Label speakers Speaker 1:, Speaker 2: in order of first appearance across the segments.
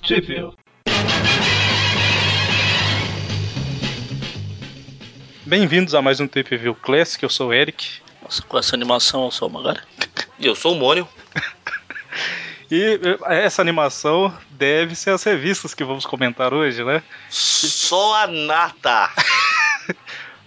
Speaker 1: Possível.
Speaker 2: Bem-vindos a mais um Tape View Classic, eu sou o Eric.
Speaker 3: Nossa, com essa animação eu sou o Magari.
Speaker 4: E eu sou o Mônio.
Speaker 2: E eh, essa animação deve ser as revistas que vamos comentar hoje, né?
Speaker 4: Só a nata.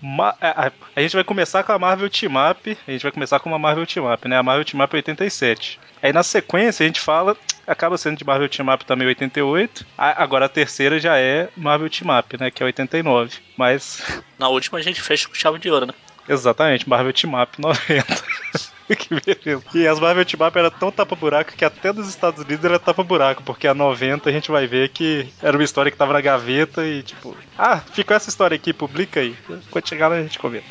Speaker 2: Ma- a, a- a gente vai começar com a Marvel Team Up. A gente vai começar com uma Marvel Team Up, né? A Marvel Team Up 87. Aí na sequência a gente fala, acaba sendo de Marvel Team Up também 88. A- agora a terceira já é Marvel Team Up, né? Que é 89. Mas,
Speaker 3: Na última a gente fecha com chave de ouro, né?
Speaker 2: exatamente, Marvel Team Up 90. que beleza. E as Marvel Team Up era tão tapa-buraco que até dos Estados Unidos era tapa-buraco, porque a 90 a gente vai ver que era uma história que tava na gaveta e tipo, ah, ficou essa história aqui, publica aí. Quando chegar lá a gente comenta.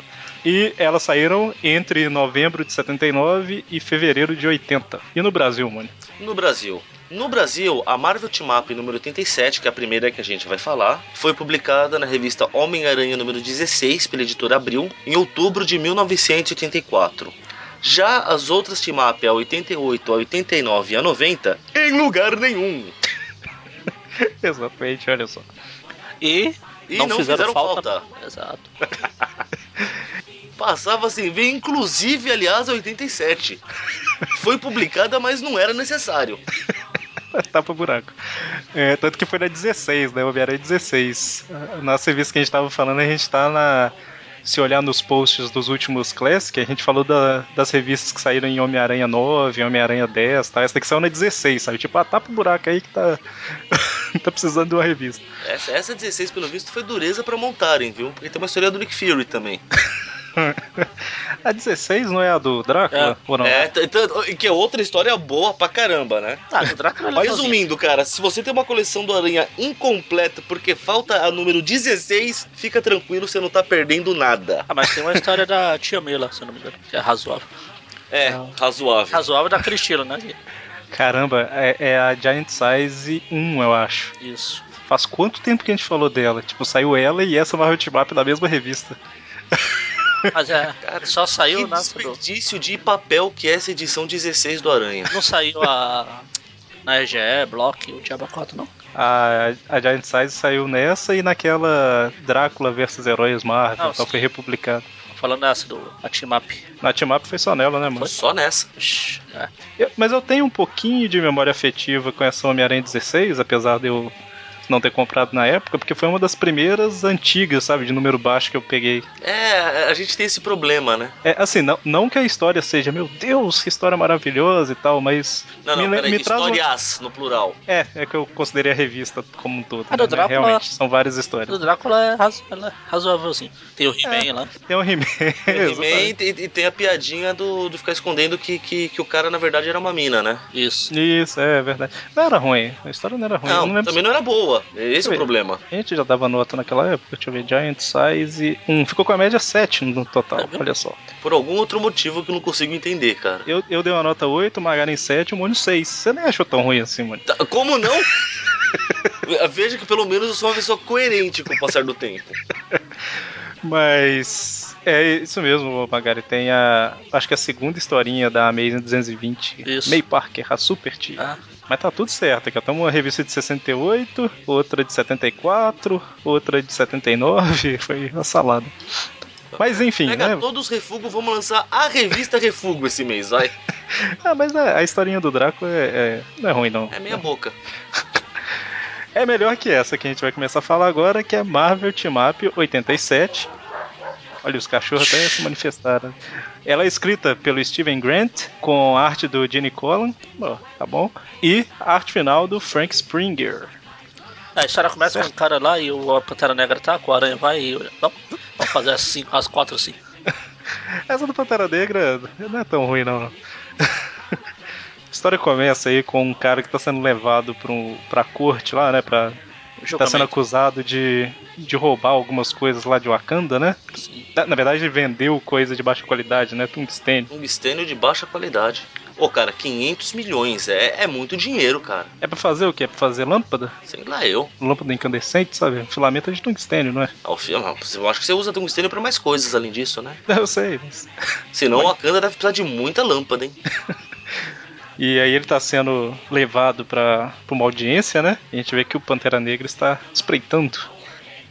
Speaker 2: E elas saíram entre novembro de 79 e fevereiro de 80. E no Brasil, mano?
Speaker 4: No Brasil. No Brasil, a Marvel Team Up número 87, que é a primeira que a gente vai falar, foi publicada na revista Homem-Aranha número 16, pela editora Abril, em outubro de 1984. Já as outras Team Up, a 88, a 89 e a 90, em lugar nenhum.
Speaker 2: Exatamente, olha só.
Speaker 3: E,
Speaker 4: E
Speaker 3: não,
Speaker 4: não
Speaker 3: fizeram,
Speaker 4: fizeram
Speaker 3: falta. Exato.
Speaker 4: Passava sem ver, inclusive, aliás, a 87. Foi publicada, mas não era necessário.
Speaker 2: Tapa buraco. É, tanto que foi na 16, né? Homem-Aranha 16. Na serviço que a gente tava falando, a gente tá na. Se olhar nos posts dos últimos Classic, a gente falou da- das revistas que saíram em Homem-Aranha 9, Homem-Aranha 10, tá? Essa daqui saiu na 16, sabe? Tipo, ah, tapa o buraco aí que tá. tá precisando de uma revista.
Speaker 4: Essa, essa 16, pelo visto, foi dureza pra montarem, viu? Porque tem uma história do Nick Fury também.
Speaker 2: A 16 não é a do Drácula? Ou não?
Speaker 4: É, t- t- que é outra história boa pra caramba, né?
Speaker 3: Ah, o Drácula é legalzinho.
Speaker 4: Resumindo, cara, se você tem uma coleção do Aranha incompleta porque falta a número 16, fica tranquilo, você não tá perdendo nada.
Speaker 3: Ah, mas tem uma história da tia Mila, se eu não me engano, que é razoável.
Speaker 4: É, razoável.
Speaker 3: Razoável daquele estilo, né?
Speaker 2: Caramba, é, é a Giant Size 1, eu acho.
Speaker 3: Isso.
Speaker 2: Faz quanto tempo que a gente falou dela? Tipo, saiu ela e essa Marvel Team Up da mesma revista.
Speaker 3: Mas é, só
Speaker 4: Que
Speaker 3: saiu, né? do-
Speaker 4: desperdício de papel que é essa edição 16 do Aranha.
Speaker 3: Não saiu a. Na EGE, Block, o Diaba 4, não.
Speaker 2: A, a Giant Size saiu nessa e naquela Drácula versus Heróis Marvel,
Speaker 3: Nossa.
Speaker 2: então foi republicado.
Speaker 3: Tô Falando dessa do a Team Up.
Speaker 2: Na Team Up foi só nela, né, mano?
Speaker 4: Só nessa.
Speaker 3: Shhh, é.
Speaker 2: Eu- mas eu tenho um pouquinho de memória afetiva com essa Homem-Aranha 16, apesar de eu não ter comprado na época, porque foi uma das primeiras antigas, sabe, de número baixo que eu peguei.
Speaker 4: É, a gente tem esse problema, né?
Speaker 2: É, assim, não, não que a história seja, meu Deus, que história maravilhosa e tal, mas
Speaker 4: Não, não,
Speaker 2: me, le-
Speaker 4: peraí,
Speaker 2: me traz um- uma-
Speaker 4: histórias no plural.
Speaker 2: É, é que eu considerei a revista como um todo.
Speaker 3: Ah, do
Speaker 2: né?
Speaker 3: Drácula-
Speaker 2: Realmente, são várias histórias.
Speaker 3: O Drácula é, razo... É. ela é razoávelzinho. Tem o He-Man lá.
Speaker 2: Tem o He-Man.
Speaker 3: É
Speaker 4: Tem o
Speaker 3: um
Speaker 2: exatamente.
Speaker 4: He-Man e, tem- e tem a piadinha do, do ficar escondendo que, que, que o cara na verdade era uma mina, né?
Speaker 3: Isso.
Speaker 2: Isso, é verdade. Não era ruim, a história não era ruim.
Speaker 4: Não,
Speaker 2: eu não lembro
Speaker 4: também não era boa. Esse é
Speaker 2: Também.
Speaker 4: o problema.
Speaker 2: se a gente já dava nota naquela época. Deixa eu ver, Giant Size 1. Ficou com a média 7 no total,
Speaker 3: É mesmo?
Speaker 2: olha só.
Speaker 4: Por algum outro motivo que eu não consigo entender, cara.
Speaker 2: Eu, eu dei uma nota 8, o Magaren 7, o Mônio 6. Você nem achou tão ruim assim, Mônio.
Speaker 4: Tá, Como não? Veja que pelo menos eu sou uma pessoa coerente com o passar do tempo.
Speaker 2: Mas... É isso mesmo, Magari. Tem a... Acho que a segunda historinha da Amazing 220.
Speaker 3: Isso.
Speaker 2: May Parker, a Super Tia.
Speaker 3: Ah,
Speaker 2: Mas tá tudo certo, aqui ó. Tem uma revista de 68, outra de 74, outra de 79, foi uma salada. Mas enfim,
Speaker 4: Pega
Speaker 2: né?
Speaker 4: todos os refugos, vamos lançar a revista Refugo esse mês, vai.
Speaker 2: Ah, mas a, a historinha do Drácula é, é- não é ruim, não.
Speaker 4: É meia boca.
Speaker 2: É melhor que essa que a gente vai começar a falar agora, que é Marvel Team Up 87. Olha, os cachorros até se manifestaram. Ela é escrita pelo Steven Grant, com arte do Gene Colan, ó, tá bom? E a arte final do Frank Springer.
Speaker 3: a história começa com o cara lá e o a Pantera Negra tá, com a aranha vai e. Vamos, vamos fazer as, cinco, as quatro assim.
Speaker 2: Tá Essa do Pantera Negra não é tão ruim, não. A história começa aí com um cara que tá sendo levado pra, um, pra corte lá, né? Pra, tá sendo
Speaker 3: Julgamento.
Speaker 2: acusado de, de roubar algumas coisas lá de Wakanda, né?
Speaker 3: Sim.
Speaker 2: Na, na verdade, ele vendeu coisa de baixa qualidade, né? Tungstênio.
Speaker 4: Tungstênio Um de baixa qualidade. Ô, cara, 500 milhões. É, é muito dinheiro, cara.
Speaker 2: É pra fazer o quê? É pra fazer lâmpada?
Speaker 4: Sei lá, eu.
Speaker 2: Lâmpada incandescente, sabe? Filamento é de tungstênio, não é?
Speaker 4: Ah, o filme- Eu acho que você usa tungstênio pra mais coisas além disso, né?
Speaker 2: Eu sei, mas...
Speaker 4: Senão o Wakanda deve precisar de muita lâmpada, hein?
Speaker 2: E aí ele tá sendo levado pra, pra uma audiência, né? E a gente vê que o Pantera Negra está espreitando.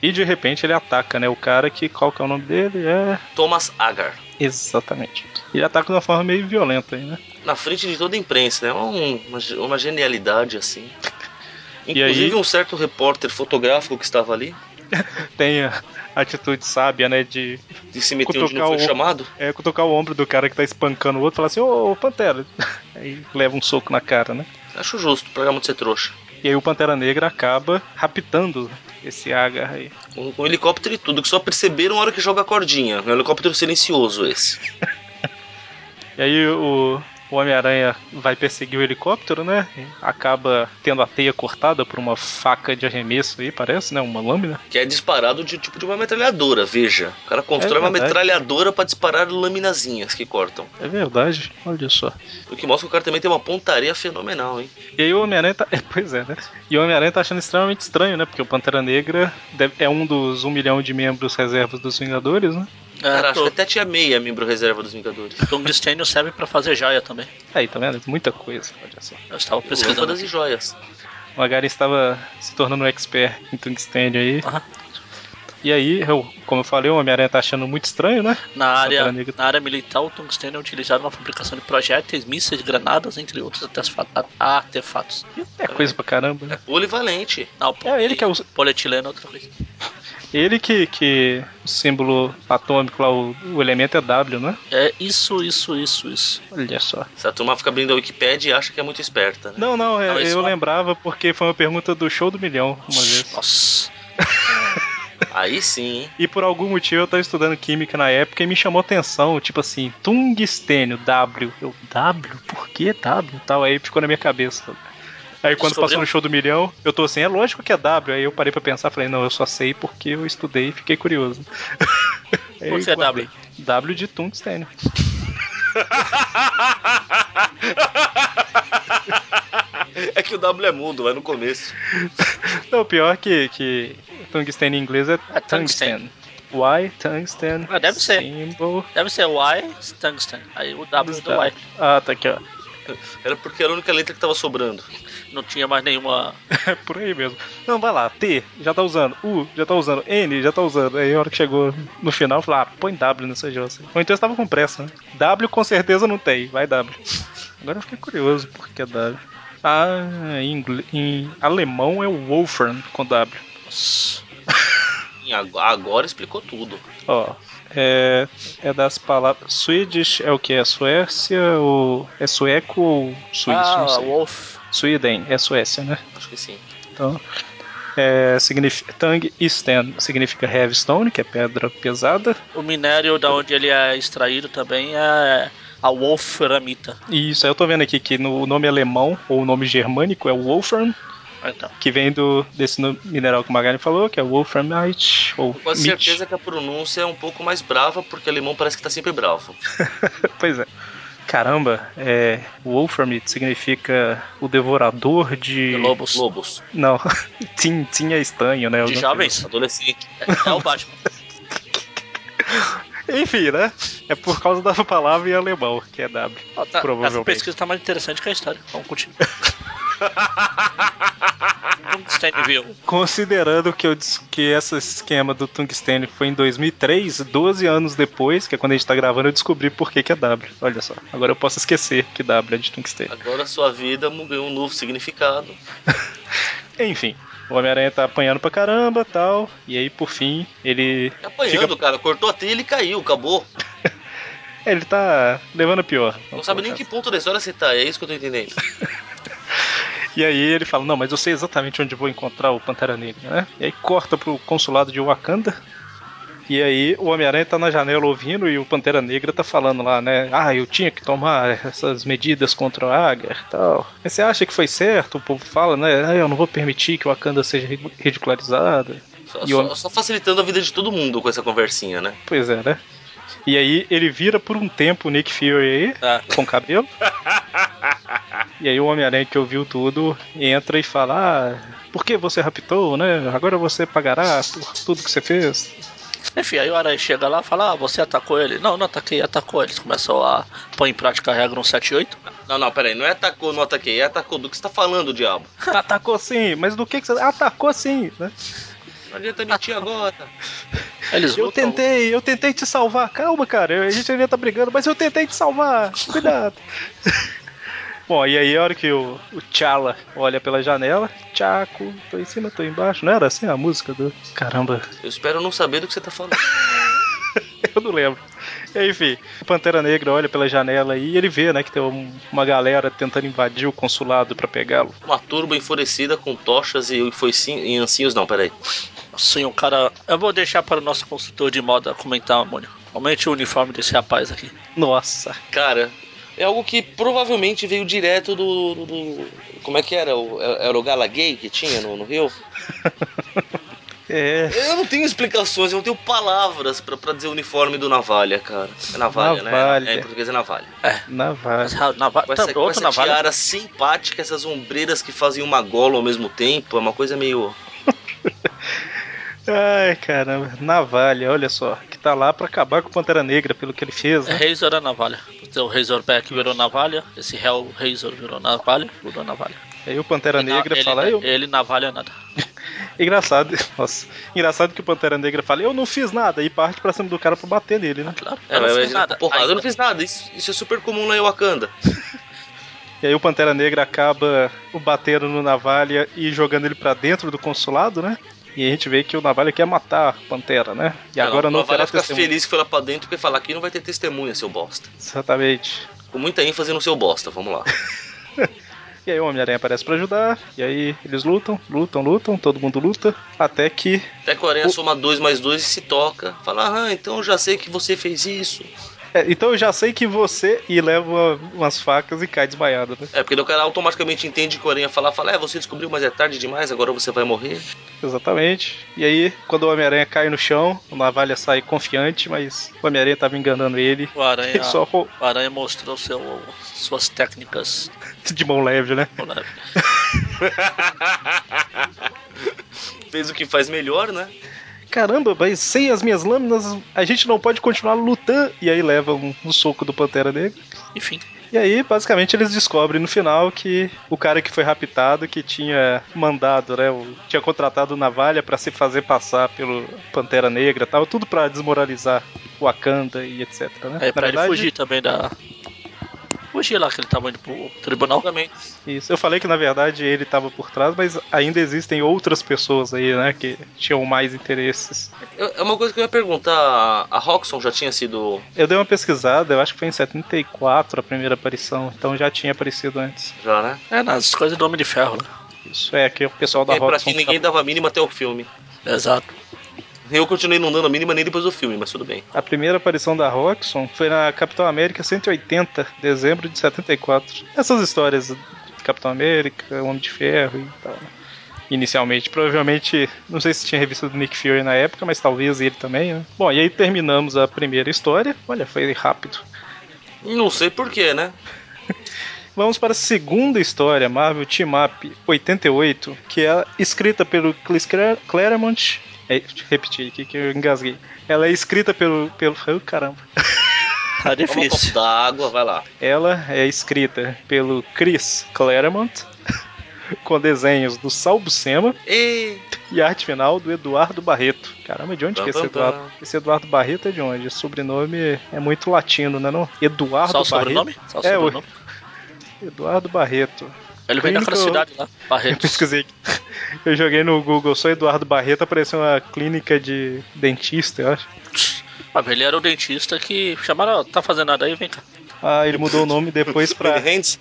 Speaker 2: E de repente ele ataca, né? O cara que. Qual que é o nome dele? É.
Speaker 4: Thomas Agar.
Speaker 2: Exatamente. Ele ataca de uma forma meio violenta aí, né?
Speaker 4: Na frente de toda a imprensa, né? Um- Uma, uma genialidade assim. Inclusive,
Speaker 2: aí?
Speaker 4: um certo repórter fotográfico que estava ali,
Speaker 2: Tem a atitude sábia, né? De
Speaker 4: de se meteu onde não
Speaker 2: Cutucar
Speaker 4: foi
Speaker 2: o-
Speaker 4: chamado.
Speaker 2: é, cutucar o ombro do cara que tá espancando o outro e falar assim: Ô, ô, Pantera. Aí leva um soco na cara, né?
Speaker 4: Acho justo, pra não ser trouxa.
Speaker 2: E aí o Pantera Negra acaba raptando esse Agar aí.
Speaker 4: Um, um helicóptero e tudo, que só perceberam a hora que joga a cordinha. É um helicóptero silencioso esse.
Speaker 2: E aí o, o Homem-Aranha vai perseguir o helicóptero, né? Acaba tendo a teia cortada por uma faca de arremesso aí, parece, né? Uma lâmina.
Speaker 4: Que é disparado de tipo de uma metralhadora, veja. O cara constrói uma
Speaker 2: É verdade.
Speaker 4: metralhadora pra disparar laminazinhas que cortam.
Speaker 2: É verdade, olha só.
Speaker 4: O que mostra que o cara também tem uma pontaria fenomenal, hein?
Speaker 2: E aí o Homem-Aranha tá. Pois é, né? E o Homem-Aranha tá achando extremamente estranho, né? Porque o Pantera Negra deve- é um dos um milhão de membros reservas dos Vingadores, né?
Speaker 4: Cara,
Speaker 3: É,
Speaker 4: acho que
Speaker 3: o
Speaker 4: até tinha meia membro reserva dos Vingadores.
Speaker 3: Tungstênio serve pra fazer joia também.
Speaker 2: Aí, tá vendo? Muita coisa, olha só.
Speaker 3: Eu estava pesquisando.
Speaker 4: Lâmpadas e joias.
Speaker 2: O Magari estava se tornando um expert em Tungstênio aí.
Speaker 3: Aham.
Speaker 2: E aí, eu- como eu falei, o Homem-Aranha tá achando muito estranho, né?
Speaker 3: Na área,
Speaker 2: Pantera Negra.
Speaker 3: na área militar, o tungstênio é utilizado na fabricação de projéteis, mísseis, granadas, entre outros artesfa- a- artefatos.
Speaker 2: É coisa pra caramba, né?
Speaker 4: Polivalente.
Speaker 3: Não,
Speaker 2: É ele que é o,
Speaker 3: Polietileno é outra coisa.
Speaker 2: Ele que, que o símbolo atômico lá, o, o elemento é W, né?
Speaker 3: É isso, isso, isso, isso.
Speaker 2: Olha só.
Speaker 4: Essa turma fica abrindo a Wikipédia e acha que é muito esperta, né?
Speaker 2: Não, não, é-
Speaker 3: Não, isso
Speaker 2: eu
Speaker 3: não.
Speaker 2: lembrava porque foi uma pergunta do show do milhão uma vez.
Speaker 3: Nossa.
Speaker 4: Aí sim, hein?
Speaker 2: E por algum motivo eu tava estudando química na época e me chamou atenção, tipo assim, tungstênio, W. Eu, W? Por que W? Tal, aí ficou na minha cabeça. Aí quando
Speaker 3: Descobriu?
Speaker 2: passou no show do milhão, eu tô assim, é lógico que é W. Aí eu parei pra pensar, falei, não, eu só sei porque eu estudei e fiquei curioso. Aí
Speaker 3: Por que é
Speaker 2: guardei. W de tungstênio.
Speaker 4: É que o W é mudo, vai no começo.
Speaker 2: Não, o pior é que, que tungstênio em inglês é,
Speaker 3: É
Speaker 2: tungsten.
Speaker 3: tungsten.
Speaker 2: Why tungsten?
Speaker 3: Ah, deve ser.
Speaker 2: Symbol.
Speaker 3: Deve ser Y, tungstênio. Aí o W do Y.
Speaker 2: Ah, tá aqui, ó.
Speaker 4: Era porque era a única letra que tava sobrando.
Speaker 3: Não tinha mais nenhuma.
Speaker 2: É por aí mesmo. Não, vai lá. T, já tá usando. U, já tá usando. N, já tá usando. Aí a hora que chegou no final, eu falei, ah, põe W nessa jossa. Ou então eu estava com pressa, né? W com certeza não tem. Vai W. Agora eu fiquei curioso por que é W. Ah, em, ingle- em alemão é o Wolfram com W.
Speaker 3: Nossa.
Speaker 4: E ag- Agora explicou tudo.
Speaker 2: Ó, é, é das palavras. Swedish é o que? É Suécia? Ou, é sueco ou suíço? não
Speaker 3: Ah,
Speaker 2: sei.
Speaker 3: Wolf.
Speaker 2: Sweden é Suécia, né?
Speaker 4: Acho que sim.
Speaker 2: Então, é, significa, Tang Sten significa heavy stone, que é pedra pesada.
Speaker 3: O minério da onde ele é extraído também é a wolframita.
Speaker 2: E isso aí eu tô vendo aqui que no nome alemão ou nome germânico é Wolfram,
Speaker 3: Então,
Speaker 2: que vem do, desse no- mineral que o Magali falou, que é Wolframite ou
Speaker 4: Com
Speaker 2: Mit.
Speaker 4: certeza que a pronúncia é um pouco mais brava, porque alemão parece que tá sempre bravo.
Speaker 2: pois é. Caramba, é, Wolframite significa o devorador de.
Speaker 3: de lobos.
Speaker 4: Lobos.
Speaker 2: Não, Tim, Tim é estanho, né?
Speaker 3: De
Speaker 2: Alguma
Speaker 3: jovens.
Speaker 4: Adolescente.
Speaker 3: É, é o Batman.
Speaker 2: coisa. Enfim, né? É por causa da palavra em alemão, que é W.
Speaker 3: Ó, tá- essa
Speaker 2: Provavelmente.
Speaker 3: pesquisa tá mais interessante que a história. Vamos continuar. Tungstênio viu.
Speaker 2: Considerando que, eu, dis- que esse esquema do tungstênio foi em 2003, 12 anos depois, que é quando a gente tá gravando, eu descobri por que, que é W. Olha só, agora eu posso esquecer que W é de tungstênio.
Speaker 4: Agora sua vida mu- ganhou um novo significado.
Speaker 2: Enfim, o Homem-Aranha tá apanhando pra caramba tal, e aí por fim ele.
Speaker 4: Tá apanhando,
Speaker 2: Fica-
Speaker 4: cara. Cortou a trilha e caiu, acabou.
Speaker 2: é, Ele tá levando a pior.
Speaker 4: Não sabe nem que
Speaker 2: que.
Speaker 4: ponto da história você tá, é isso que eu tô entendendo.
Speaker 2: E aí ele fala: Não, mas eu sei exatamente onde vou encontrar o Pantera Negra, né? E aí corta pro consulado de Wakanda. E aí o Homem-Aranha tá na janela ouvindo e o Pantera Negra tá falando lá, né? Ah, eu tinha que tomar essas medidas contra o Agar e tal. Mas você acha que foi certo? O povo fala, né? Ah, eu não vou permitir que o Wakanda seja ri- ridicularizada.
Speaker 4: Só,
Speaker 2: E
Speaker 4: só-
Speaker 2: o-
Speaker 4: só facilitando a vida de todo mundo com essa conversinha, né?
Speaker 2: Pois é, né? E aí ele vira por um tempo o Nick Fury aí,
Speaker 3: Ah.
Speaker 2: com cabelo. e aí o Homem-Aranha que ouviu tudo entra e fala: ah, por que você raptou, né? Agora você pagará por tudo que você fez.
Speaker 3: Enfim, aí o Aranha chega lá e fala: Ah, você atacou ele? Não, não ataquei, atacou. Eles começam a pôr em prática a regra 178.
Speaker 4: Não, não, peraí, não é atacou, não ataquei, é atacou. Do que você tá falando, diabo?
Speaker 2: Atacou sim, mas do que, que você. Atacou sim, né?
Speaker 4: Não adianta mentir agora.
Speaker 3: Aí Eles
Speaker 2: Eu
Speaker 3: lutam.
Speaker 2: tentei, eu tentei te salvar. Calma, cara, eu- a gente devia estar brigando, mas eu tentei te salvar. Cuidado. Bom, e aí a hora que o, o T'Challa olha pela janela, Tchaco, tô em cima, tô embaixo. Não era assim a música do. Caramba,
Speaker 4: Eu espero não saber do que você tá falando.
Speaker 2: eu não lembro. Enfim, o Pantera Negra olha pela janela e ele vê, né, que tem um- uma galera tentando invadir o consulado pra pegá-lo.
Speaker 4: Uma turba enfurecida com tochas e foicinho, e ancinhos, não, peraí.
Speaker 3: Sim, o Assim, um cara. Eu vou deixar para o nosso consultor de moda comentar, Mônio. Aumente o uniforme desse rapaz aqui.
Speaker 2: Nossa,
Speaker 4: Cara, é algo que provavelmente veio direto do. do- do- como é que era? O- era o Gala Gay que tinha no, no Rio?
Speaker 2: é.
Speaker 4: Eu não tenho explicações, eu não tenho palavras pra, pra dizer o uniforme do navalha, cara. É navalha,
Speaker 2: Navalha.
Speaker 4: né? É, em português é navalha.
Speaker 2: Navalha.
Speaker 3: Essa nava...
Speaker 4: Com
Speaker 3: tá,
Speaker 4: essa, com
Speaker 3: outro
Speaker 4: essa
Speaker 3: navalha.
Speaker 4: tiara simpática, essas ombreiras que fazem uma gola ao mesmo tempo, é uma coisa meio.
Speaker 2: Ai, caramba, Navalha, olha só, que tá lá pra acabar com o Pantera Negra pelo que ele fez,
Speaker 3: É
Speaker 2: né?
Speaker 3: Razor a navalha. Então, o Razorback virou navalha. Esse réu Razor virou navalha. Virou navalha.
Speaker 2: Aí o Pantera
Speaker 3: Ele na-
Speaker 2: Negra
Speaker 3: ele,
Speaker 2: fala, eu,
Speaker 3: Ele navalha nada.
Speaker 2: Engraçado, nossa. Engraçado que o Pantera Negra fala, eu não fiz nada, e parte pra cima do cara pra bater nele, né?
Speaker 3: Claro.
Speaker 4: É,
Speaker 3: Eu
Speaker 4: mas-
Speaker 3: não
Speaker 4: mas-
Speaker 3: fiz nada.
Speaker 4: Porra, eu
Speaker 3: ainda.
Speaker 4: não fiz nada. Isso, isso é super comum lá em Wakanda.
Speaker 2: E aí o Pantera Negra acaba o batendo no navalha e jogando ele pra dentro do consulado, né? E a gente vê que o navalha quer matar o Pantera, né? E agora não,
Speaker 4: Ah, o
Speaker 2: terá
Speaker 4: navalha fica
Speaker 2: testemunha.
Speaker 4: feliz que foi lá pra dentro porque falar aqui não vai ter testemunha, seu bosta.
Speaker 2: Exatamente.
Speaker 4: Com muita ênfase no seu bosta, vamos lá.
Speaker 2: E aí o Homem-Aranha aparece pra ajudar, e aí eles lutam, lutam, lutam, todo mundo luta, até que
Speaker 4: Até que o Aranha soma 2 mais 2 e se toca. Fala, ah, então eu já sei que você fez isso.
Speaker 2: É, então eu já sei que você e leva umas facas e cai desmaiado, né?
Speaker 4: É, porque daí o cara automaticamente entende que o Aranha fala, fala, é, você descobriu, mas é tarde demais, agora você vai morrer.
Speaker 2: Exatamente. E aí, quando o Homem-Aranha cai no chão, o Navalha sai confiante, mas o Homem-Aranha tava enganando ele.
Speaker 3: O Aranha,
Speaker 2: Ele só rou-
Speaker 3: o Aranha mostrou seu, suas técnicas.
Speaker 2: de mão leve, né?
Speaker 4: Fez o que faz melhor, né?
Speaker 2: Caramba, mas sem as minhas lâminas a gente não pode continuar lutando. E aí leva um, um soco do Pantera Negra.
Speaker 3: Enfim,
Speaker 2: E aí, basicamente, eles descobrem no final que o cara que foi raptado, que tinha mandado, né? o- tinha contratado o Navalha pra se fazer passar pelo Pantera Negra e tal, tudo pra desmoralizar o Wakanda e etc. Né?
Speaker 3: é
Speaker 2: Na
Speaker 3: pra
Speaker 2: verdade,
Speaker 3: ele fugir também da. Fugir lá que ele tava indo pro tribunal.
Speaker 4: Obviamente.
Speaker 2: Isso. Eu falei que na verdade ele estava por trás, mas ainda existem outras pessoas aí, né, que tinham mais interesses.
Speaker 4: Eu- É uma coisa que eu ia perguntar, a Roxxon já tinha sido.
Speaker 2: Eu dei uma pesquisada, eu acho que foi em 74 a primeira aparição, então já tinha aparecido antes.
Speaker 4: Já, né?
Speaker 3: É, nas coisas do Homem de Ferro, né?
Speaker 2: Isso é que o pessoal da
Speaker 4: É pra
Speaker 2: Roxxon
Speaker 4: quem ninguém dava a mínima até o filme.
Speaker 3: Exato.
Speaker 4: Eu continuei não dando a mínima nem depois do filme, mas tudo bem.
Speaker 2: A primeira aparição da Roxxon foi na Capitão América 180, dezembro de 74. Essas histórias do Capitão América, Homem de Ferro e tal, né? Inicialmente, provavelmente, não sei se tinha revista do Nick Fury na época, mas talvez ele também, né? Bom, e aí terminamos a primeira história. Olha, foi rápido.
Speaker 4: Não sei porquê, né?
Speaker 2: Vamos para a segunda história, Marvel Team Up 88, que é escrita pelo Chris Cla- Claremont. É, deixa eu repetir aqui que eu engasguei. Ela é escrita pelo. pelo oh, caramba.
Speaker 3: Tá
Speaker 4: Toma um copo
Speaker 3: difícil.
Speaker 4: d'água, vai lá.
Speaker 2: Ela é escrita pelo Chris Claremont, com desenhos do Sal Buscema
Speaker 4: E
Speaker 2: e arte final do Eduardo Barreto. Caramba, de onde
Speaker 4: Pam,
Speaker 2: que é esse
Speaker 4: pam, pam.
Speaker 2: Eduardo? Esse Eduardo Barreto é de onde? Esse sobrenome é muito latino, né? Não? Eduardo
Speaker 3: Só o
Speaker 2: Barreto.
Speaker 3: sobrenome? Só o
Speaker 2: É, o-
Speaker 3: sobrenome.
Speaker 2: Eduardo Barreto.
Speaker 3: Ele vem daquela
Speaker 2: Clínico-
Speaker 3: cidade lá,
Speaker 2: Eu
Speaker 3: Barretos.
Speaker 2: pesquisei. Eu joguei no Google, só Eduardo Barreto, apareceu uma clínica de dentista, eu acho.
Speaker 3: Ah, Mas ele era o dentista que chamaram, ó, tá fazendo nada aí, vem cá.
Speaker 2: Ah, ele mudou o nome depois pra.
Speaker 4: Willie Hands?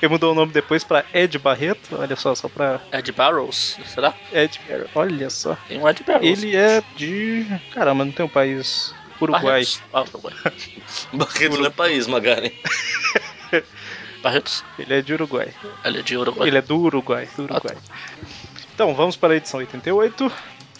Speaker 2: Ele mudou o nome depois pra Ed Barreto. Olha só, só pra
Speaker 3: Ed Barrows, será?
Speaker 2: Ed. Olha só.
Speaker 3: Tem um Ed Barrows.
Speaker 2: Ele é de. Caramba, não tem um país. Uruguai.
Speaker 3: Barretos. Ah, Uruguai.
Speaker 4: Barreto não é país, Magari.
Speaker 3: Barretos.
Speaker 2: Ele é de Uruguai.
Speaker 3: Ele é de Uruguai.
Speaker 2: Ele é do Uruguai. Do Uruguai. Então, vamos para a edição 88.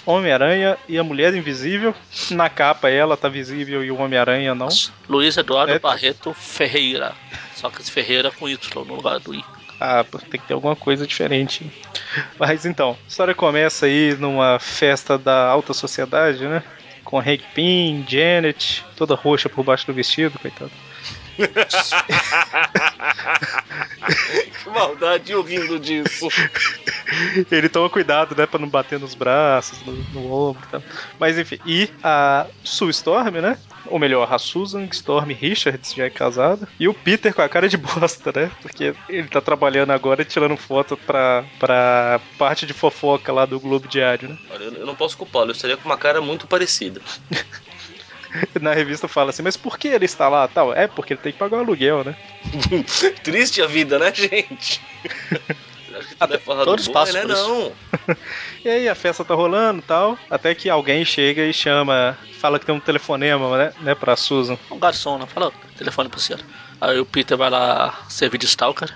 Speaker 2: Homem-Aranha e a Mulher Invisível. Na capa ela tá visível e o Homem-Aranha não.
Speaker 3: Luiz Eduardo
Speaker 2: É.
Speaker 3: Barreto Ferreira. Só que esse Ferreira com Y no lugar do I.
Speaker 2: Ah, pô, tem que ter alguma coisa diferente. né? Mas então, a história começa aí numa festa da alta sociedade, né? Com Hank Pym, Janet, toda roxa por baixo do vestido, coitado.
Speaker 4: que maldade eu rindo disso.
Speaker 2: Ele toma cuidado, né, pra não bater nos braços, no, no ombro e tal. Mas enfim, e a Sue Storm, né? Ou melhor, a Susan Storm Richards já é casada. E o Peter com a cara de bosta, né? Porque ele tá trabalhando agora e tirando foto pra, pra parte de fofoca lá do Globo Diário, né?
Speaker 4: Olha, eu eu não posso culpá-lo, eu estaria com uma cara muito parecida.
Speaker 2: Na revista fala assim, mas por que ele está lá tal? É porque ele tem que pagar o aluguel, né?
Speaker 4: Triste a vida, né, gente? Acho que tudo é forra
Speaker 3: todos
Speaker 4: do
Speaker 3: passam
Speaker 4: boi, né?
Speaker 3: por isso.
Speaker 4: Não.
Speaker 2: E aí a festa tá rolando e tal, até que alguém chega e chama, fala que tem um telefonema, né, né pra Susan.
Speaker 3: Um garçom, né? Fala, telefone pro senhor. Aí o Peter vai lá servir de stalker.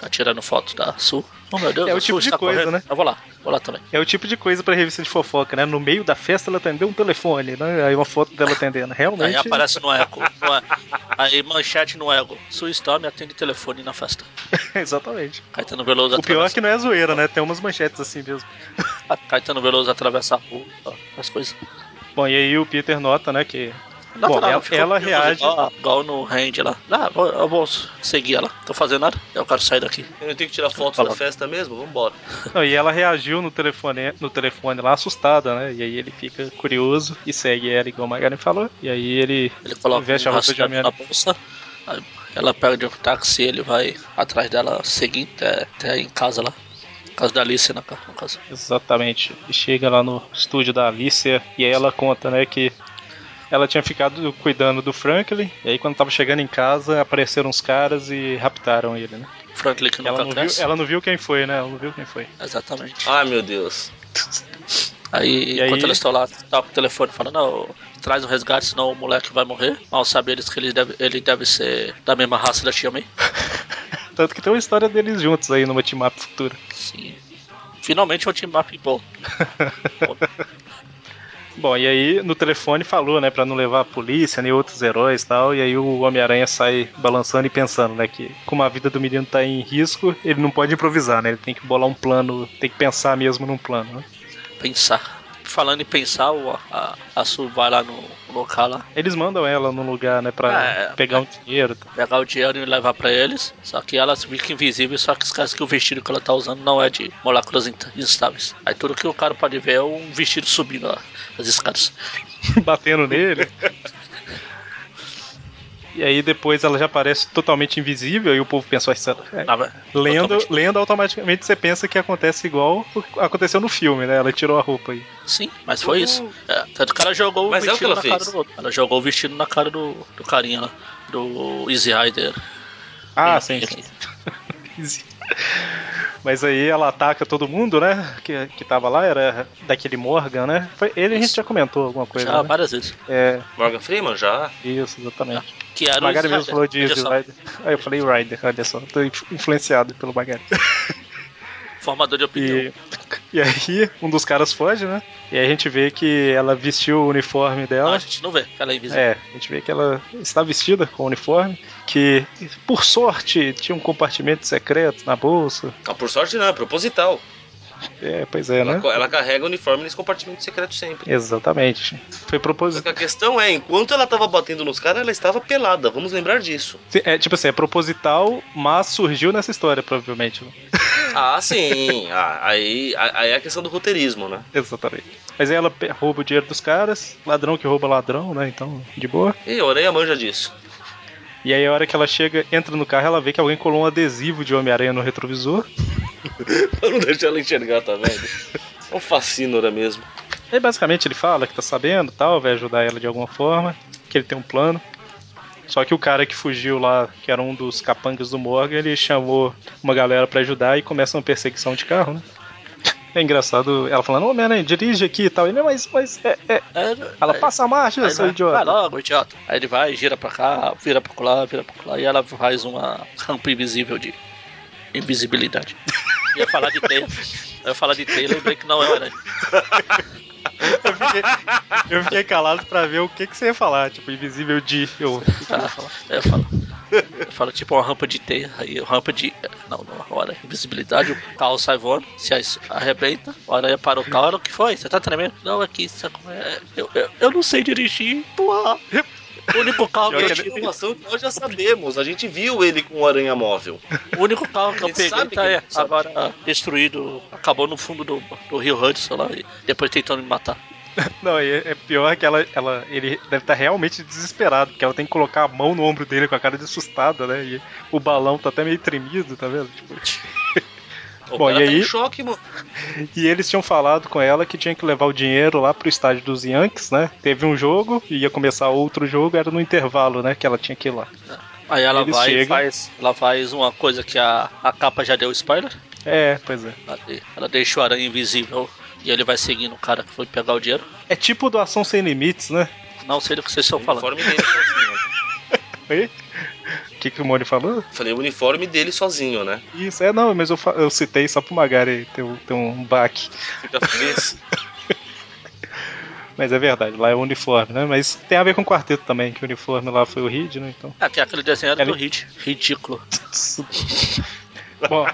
Speaker 3: tá tirando foto da Su. Oh meu Deus,
Speaker 2: É o
Speaker 3: a
Speaker 2: tipo
Speaker 3: Su
Speaker 2: de
Speaker 3: está
Speaker 2: coisa,
Speaker 3: correndo.
Speaker 2: né?
Speaker 3: Eu vou lá, vou lá também.
Speaker 2: É o tipo de coisa pra revista de fofoca, né? No meio da festa ela atendeu um telefone, né? Aí uma foto dela atendendo. Realmente.
Speaker 3: Aí aparece no eco. no eco. Aí manchete no ego. Sue Storm atende telefone na festa.
Speaker 2: Exatamente.
Speaker 3: Caetano Veloso
Speaker 2: O pior é
Speaker 3: atravessa.
Speaker 2: que não é zoeira, né? Tem umas manchetes assim mesmo.
Speaker 3: Caetano Veloso atravessa a rua, ó, as coisas.
Speaker 2: Bom, e aí o Peter nota, né, que.
Speaker 3: Natural,
Speaker 2: Bom, ela-
Speaker 3: ficou
Speaker 2: ela
Speaker 3: curioso,
Speaker 2: reage-
Speaker 3: Igual, igual no Hand lá. Ah, vou- eu vou seguir ela. Tô fazendo nada, eu quero sair daqui.
Speaker 4: Eu não tenho que tirar foto
Speaker 3: Fala.
Speaker 4: da festa mesmo? Vambora.
Speaker 2: Não, e ela reagiu no telefone, no telefone lá, assustada, né? E aí ele fica curioso e segue ela, igual a Magaren falou. E aí ele.
Speaker 3: Ele coloca
Speaker 2: Veste a roupa de
Speaker 3: rastreador
Speaker 2: Homem-Aranha.
Speaker 3: na bolsa. aí ela pega de um táxi ele vai atrás dela seguindo até, até em casa lá. Casa da Alice né, na ca- no caso.
Speaker 2: Exatamente. E chega lá no estúdio da Alicia e aí ela conta, né, que ela tinha ficado cuidando do Franklin, e aí quando tava chegando em casa, apareceram uns caras e raptaram ele, né?
Speaker 3: Franklin que
Speaker 2: Ela
Speaker 3: nunca
Speaker 2: não, viu,
Speaker 3: cresce.
Speaker 2: ela não viu quem foi, né? Ela não viu quem foi.
Speaker 3: Exatamente.
Speaker 4: Ai, meu Deus.
Speaker 3: Aí,
Speaker 2: E aí?
Speaker 3: enquanto eles estão lá, tá com o telefone falando, não, traz o resgate, senão o moleque vai morrer. Mal sabem eles que ele deve, ele deve ser da mesma raça da Tia May.
Speaker 2: Tanto que tem uma história deles juntos aí numa team up futura.
Speaker 3: Sim. Finalmente eu te mapei bom.
Speaker 2: Bom, e aí no telefone falou, né, pra não levar a polícia, nem outros heróis e tal, e aí o Homem-Aranha sai balançando e pensando, né, que como a vida do menino tá em risco, ele não pode improvisar, né, ele tem que bolar um plano, tem que pensar mesmo num plano, né.
Speaker 3: Pensar. Falando em pensar, o- a, a Su vai lá no local lá,
Speaker 2: Eles mandam ela num lugar, né, pra
Speaker 3: É,
Speaker 2: pegar um dinheiro. e tal.
Speaker 3: pegar o dinheiro e levar pra eles. Só que ela fica invisível, só que esquece que o vestido que ela tá usando não é de moléculas insta- instáveis. Aí tudo que o cara pode ver é um vestido subindo lá, as escadas.
Speaker 2: Batendo nele. E aí depois ela já parece totalmente invisível e o povo pensou assim, é,
Speaker 3: Na-
Speaker 2: lendo,
Speaker 3: totalmente.
Speaker 2: lendo automaticamente você pensa que acontece igual o que aconteceu no filme, né? Ela tirou a roupa aí.
Speaker 3: Sim, mas foi isso. É, tanto que ela jogou
Speaker 4: Mas
Speaker 3: o
Speaker 4: é o
Speaker 3: vestido
Speaker 4: que ela
Speaker 3: na
Speaker 4: fez.
Speaker 3: cara do outro. Ela jogou o vestido na cara do, do carinha lá, do Easy Rider.
Speaker 2: Ah,
Speaker 3: É,
Speaker 2: sim,
Speaker 3: é
Speaker 2: sim. Mas aí ela ataca todo mundo, né? Que, que tava lá, era daquele Morgan, né? Foi, ele a gente já comentou alguma coisa.
Speaker 3: Já
Speaker 2: né?
Speaker 3: várias vezes.
Speaker 2: É,
Speaker 4: Morgan Freeman já?
Speaker 2: isso, exatamente.
Speaker 3: Que era um
Speaker 2: O Magari
Speaker 3: o
Speaker 2: mesmo falou de
Speaker 3: Olha
Speaker 2: Easy
Speaker 3: só,
Speaker 2: Rider. Aí eu falei Rider, olha só, tô influ- influenciado pelo Magari.
Speaker 3: Formador de opinião.
Speaker 2: E, e aí, um dos caras foge, né? E aí a gente vê que ela vestiu o uniforme
Speaker 3: Não,
Speaker 2: dela.
Speaker 3: Ah, a gente não vê, que ela é invisível.
Speaker 2: É, a gente vê que ela está vestida com o uniforme, que por sorte tinha um compartimento secreto na bolsa.
Speaker 4: Ah, por sorte não, é proposital.
Speaker 2: É, pois é,
Speaker 4: Ela,
Speaker 2: né?
Speaker 4: co- ela carrega o uniforme nesse compartimento secreto sempre.
Speaker 2: Exatamente. Foi
Speaker 4: Só
Speaker 2: proposital.
Speaker 4: que a questão é, enquanto ela tava batendo nos caras, ela estava pelada. Vamos lembrar disso.
Speaker 2: É tipo assim, é proposital, mas surgiu nessa história, provavelmente. né?
Speaker 4: Ah, sim. Ah, aí, a- aí é a questão do roteirismo, né?
Speaker 2: Exatamente. Mas aí ela pe- rouba o dinheiro dos caras, ladrão que rouba ladrão, né? Então, de boa.
Speaker 4: E a Oreia manja disso.
Speaker 2: E aí a hora que ela chega, entra no carro, ela vê que alguém colou um adesivo de Homem-Aranha no retrovisor.
Speaker 4: Pra não deixar ela enxergar, tá vendo? É um fascínora mesmo.
Speaker 2: Aí basicamente ele fala que tá sabendo e tal, vai ajudar ela de alguma forma, que ele tem um plano. Só que o cara que fugiu lá, que era um dos capangas do Morgan, ele chamou uma galera pra ajudar e começa uma perseguição de carro, né? É engraçado ela falando, ô Homem-Aranha, dirige aqui e tal. Ele, mas, mas é, é.
Speaker 3: É,
Speaker 2: Ela
Speaker 3: é,
Speaker 2: passa a marcha,
Speaker 3: aí
Speaker 2: seu
Speaker 3: vai,
Speaker 2: idiota.
Speaker 3: Vai logo, idiota. Aí ele vai, gira pra cá, vira pra lá, vira pra lá. E ela faz uma rampa invisível de invisibilidade. Ia falar de Taylor. Eu ia falar de Taylor e lembrei que não é aranha.
Speaker 2: Eu fiquei, eu fiquei calado pra ver o que, que você ia falar, tipo, invisível de. Eu,
Speaker 3: Ah, eu ia falar. Fala tipo uma rampa de teia, aí rampa de. Não, não, hora. Invisibilidade, o carro sai voando, se as- arrebenta, a aranha parou o carro, o que foi? Você tá tremendo? Não, aqui, sabe como é? Eu, eu, eu não sei dirigir, porra. O único carro que
Speaker 4: É
Speaker 3: eu
Speaker 4: uma
Speaker 3: tive,
Speaker 4: informação que nós já sabemos. A gente viu ele com um o aranha móvel.
Speaker 3: o único carro que eu
Speaker 4: Ele
Speaker 3: peguei
Speaker 4: sabe que
Speaker 3: tá
Speaker 4: ele
Speaker 3: é,
Speaker 4: sabe.
Speaker 3: agora ah, destruído, acabou no fundo do, do Rio Hudson lá, e depois tentando me matar.
Speaker 2: Não, e é pior que ela, ela, ele deve estar realmente desesperado, porque ela tem que colocar a mão no ombro dele com a cara de assustada, né? E o balão tá até meio tremido, tá vendo? Tipo,
Speaker 4: O
Speaker 2: Bom,
Speaker 4: cara
Speaker 2: e
Speaker 4: tá
Speaker 2: aí?
Speaker 4: em choque, mano.
Speaker 2: E eles tinham falado com ela que tinha que levar o dinheiro lá pro estádio dos Yankees, né? Teve um jogo, e ia começar outro jogo, era no intervalo, né? Que ela tinha que ir lá.
Speaker 3: Aí ela
Speaker 2: Ele
Speaker 3: vai e
Speaker 2: chega.
Speaker 3: faz, ela faz uma coisa que a, a capa já deu spoiler.
Speaker 2: É, pois é.
Speaker 3: Ela, de- ela deixa o aranha invisível e ele vai seguindo o cara que foi pegar o dinheiro.
Speaker 2: É tipo doação sem limites, né?
Speaker 3: Não sei do que vocês estão
Speaker 4: O
Speaker 3: falando.
Speaker 4: uniforme dele sozinho. né?
Speaker 2: Oi? O que, que o Mori falou?
Speaker 4: Falei, o uniforme dele sozinho, né?
Speaker 2: Isso, é, não, mas eu, fa- eu citei só pro Magari ter, um- ter um baque.
Speaker 4: Fica feliz.
Speaker 2: Mas é verdade, lá é o uniforme, né? Mas tem a ver com o quarteto também, que o uniforme lá foi o Reed, né? Então.
Speaker 3: É, que aquele desenho era
Speaker 2: Ela-
Speaker 3: do Hit. Ridículo.
Speaker 2: Bom,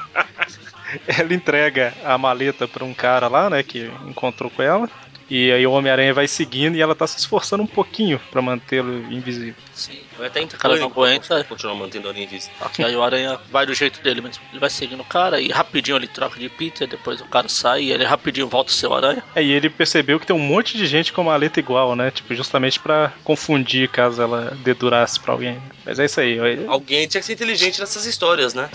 Speaker 2: ela entrega a maleta pra um cara lá, né, que encontrou com ela. E aí o Homem-Aranha vai seguindo e ela tá se esforçando um pouquinho pra mantê-lo invisível.
Speaker 3: Sim.
Speaker 4: Vai até em
Speaker 3: O cara não
Speaker 4: pânico.
Speaker 3: aguenta.
Speaker 4: Continua mantendo a aranha invisível.
Speaker 3: Aqui, aí o aranha vai do jeito dele mesmo. Ele vai seguindo o cara e rapidinho ele troca de Peter. Depois o cara sai e ele rapidinho volta o seu aranha.
Speaker 2: Aí ele percebeu que tem um monte de gente com a maleta igual, né? Tipo, justamente pra confundir caso ela dedurasse pra alguém. Mas é isso aí. ó.
Speaker 4: Alguém tinha que ser inteligente nessas histórias, né?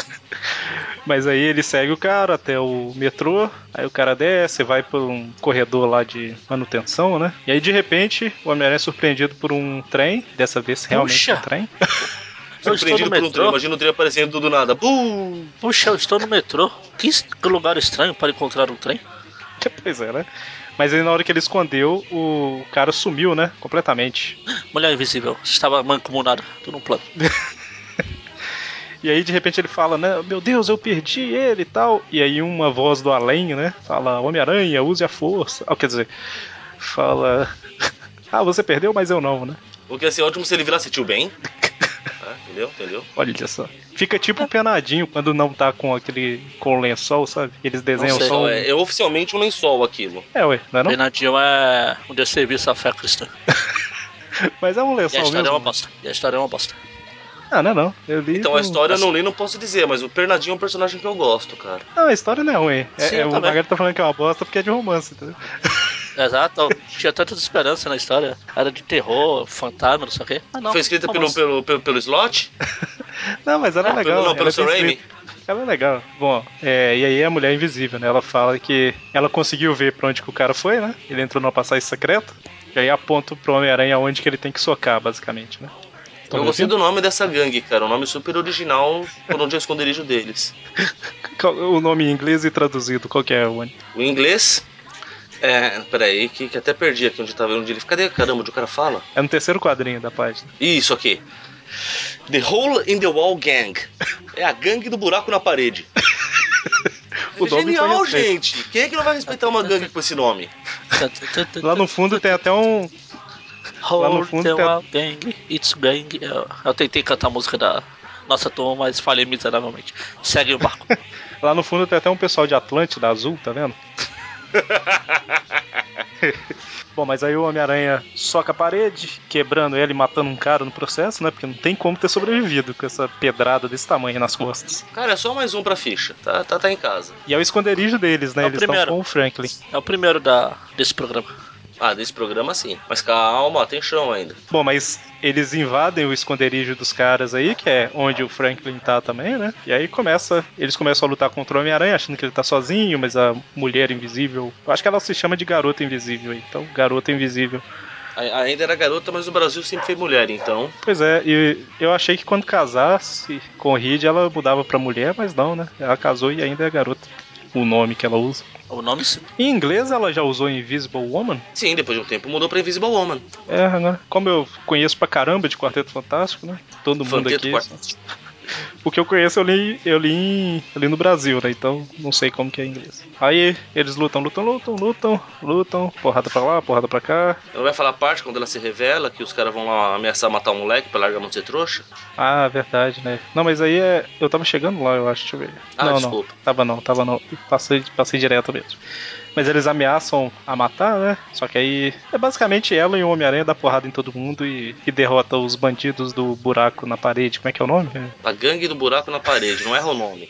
Speaker 2: Mas aí ele segue o cara até o metrô, aí o cara desce, vai por um corredor lá de manutenção, né? E aí de repente o Homem-Aranha é surpreendido por um trem, dessa vez realmente
Speaker 3: Puxa!
Speaker 2: um trem.
Speaker 3: Eu estou no
Speaker 4: Surpreendido por um trem.
Speaker 3: metrô.
Speaker 4: Imagina o trem aparecendo do, do nada. Bum!
Speaker 3: Puxa, eu estou no metrô. Que es- que lugar estranho para encontrar um trem.
Speaker 2: pois é, né? Mas aí na hora que ele escondeu, o cara sumiu, né? Completamente.
Speaker 3: Mulher invisível. Estava mancomunada. Tudo num plano.
Speaker 2: E aí de repente ele fala, né? Meu Deus, eu perdi ele e tal. E aí uma voz do além, né? Fala, Homem-Aranha, use a força. Ah, quer dizer, fala. Ah, você perdeu, mas eu não, né?
Speaker 4: O que ia ser assim, ótimo se ele virasse tio Ben. Ah, entendeu? Entendeu?
Speaker 2: Olha só. Fica tipo penadinho quando não tá com aquele com o lençol, sabe? Eles desenham
Speaker 3: Não sei,
Speaker 2: só. um-
Speaker 4: Então, é, é oficialmente um lençol aquilo.
Speaker 2: É, ué, não é não?
Speaker 3: Bernardinho é um desserviço à fé cristã.
Speaker 2: Mas é um
Speaker 3: E a
Speaker 2: lençol mesmo.
Speaker 3: história é uma bosta. E a história é uma bosta.
Speaker 2: Ah, não é não. Eu li
Speaker 4: Então
Speaker 2: no-
Speaker 4: a história eu não li, não posso dizer, mas o Pernadinho é um personagem que eu gosto, cara.
Speaker 2: Não, a história não é ruim. É,
Speaker 3: Sim,
Speaker 2: é,
Speaker 3: eu
Speaker 2: o
Speaker 3: também.
Speaker 2: Magari tá falando que é uma bosta porque é de romance, entendeu?
Speaker 3: Exato, eu tinha tanta esperança na história. Era de terror, fantasma, não sei o quê. Ah, não.
Speaker 4: Foi escrita pelo,
Speaker 3: Vamos.
Speaker 4: pelo, pelo, pelo Slot?
Speaker 2: Não, mas ela é
Speaker 4: Ah,
Speaker 2: legal.
Speaker 4: pelo- não,
Speaker 2: ela
Speaker 4: pelo
Speaker 2: é bem
Speaker 4: Sam Raimi.
Speaker 2: escrita. Ela é legal. Bom, é, e aí a mulher invisível, né? Ela fala que ela conseguiu ver pra onde que o cara foi, né? Ele entrou numa passagem secreta. E aí aponta pro Homem-Aranha onde que ele tem que socar, basicamente, né? Tão
Speaker 4: Eu
Speaker 2: me
Speaker 4: gostei
Speaker 2: ouvindo?
Speaker 4: do nome dessa gangue, cara. Um nome super original por onde é o esconderijo deles.
Speaker 2: Qual- O nome em inglês e traduzido, qual que é, Wani?
Speaker 4: O inglês. É, peraí, que, que até perdi aqui onde tava onde ele. Cadê? Caramba, onde o cara fala?
Speaker 2: É no terceiro quadrinho da página.
Speaker 4: Isso aqui. The Hole in the Wall Gang. É a gangue do buraco na parede.
Speaker 2: O
Speaker 4: é
Speaker 2: nome foi
Speaker 4: genial,
Speaker 2: respeito.
Speaker 4: gente! Quem é que não vai respeitar uma gangue com esse nome?
Speaker 2: Lá no fundo tem até um. lá no fundo tem a-
Speaker 3: Hotel Gang, It's Gang. Eu, eu tentei cantar a música da nossa turma, mas falhei miseravelmente. Segue o barco.
Speaker 2: Lá no fundo tem até um pessoal de Atlântida azul, tá vendo? Bom, mas aí o Homem-Aranha soca a parede, quebrando ele e matando um cara no processo, né? Porque não tem como ter sobrevivido com essa pedrada desse tamanho nas costas.
Speaker 4: Cara, é só mais um pra ficha. Tá, tá, tá em casa.
Speaker 2: E é o esconderijo deles, né?
Speaker 3: É o
Speaker 2: Eles estão
Speaker 3: primeiro.
Speaker 2: com o Franklin.
Speaker 3: É o primeiro da, desse programa.
Speaker 4: Ah, desse programa sim. Mas calma, tem chão ainda.
Speaker 2: Bom, mas eles invadem o esconderijo dos caras aí, que é onde o Franklin tá também, né? E aí começa, eles começam a lutar contra o Homem-Aranha, achando que ele tá sozinho, mas a mulher invisível, eu acho que ela se chama de garota invisível, então garota invisível.
Speaker 4: A- Ainda era garota, mas no Brasil sempre foi mulher, então.
Speaker 2: Pois é, e eu achei que quando casasse com o Reed ela mudava pra mulher, mas não, né? Ela casou e ainda é garota. O nome que ela usa.
Speaker 3: O nome é sim.
Speaker 2: Em inglês ela já usou Invisible Woman?
Speaker 4: Sim, depois de um tempo mudou pra Invisible Woman.
Speaker 2: É, né? Como eu conheço pra caramba de Quarteto Fantástico, né? Todo mundo
Speaker 4: Fanteto
Speaker 2: aqui.
Speaker 4: Quarteto.
Speaker 2: O que eu conheço eu li, eu li, em- eu li no Brasil, né? Então não sei como que é em inglês. Aí eles lutam, lutam, lutam, lutam, lutam, porrada pra lá, porrada pra cá.
Speaker 4: Ela vai falar a parte quando ela se revela que os caras vão lá ameaçar matar um moleque pra largar a mão de ser trouxa?
Speaker 2: Ah, verdade, né? Não, mas aí é. Eu tava chegando lá, eu acho, deixa eu ver.
Speaker 4: Ah,
Speaker 2: não,
Speaker 4: desculpa.
Speaker 2: não. Tava não, tava não. Passei, passei direto mesmo. Mas eles ameaçam a matar, né? Só que aí é basicamente ela e o Homem-Aranha dá porrada em todo mundo e, e derrota os bandidos do buraco na parede. Como é que é o nome?
Speaker 4: A gangue do buraco na parede, não erra o nome.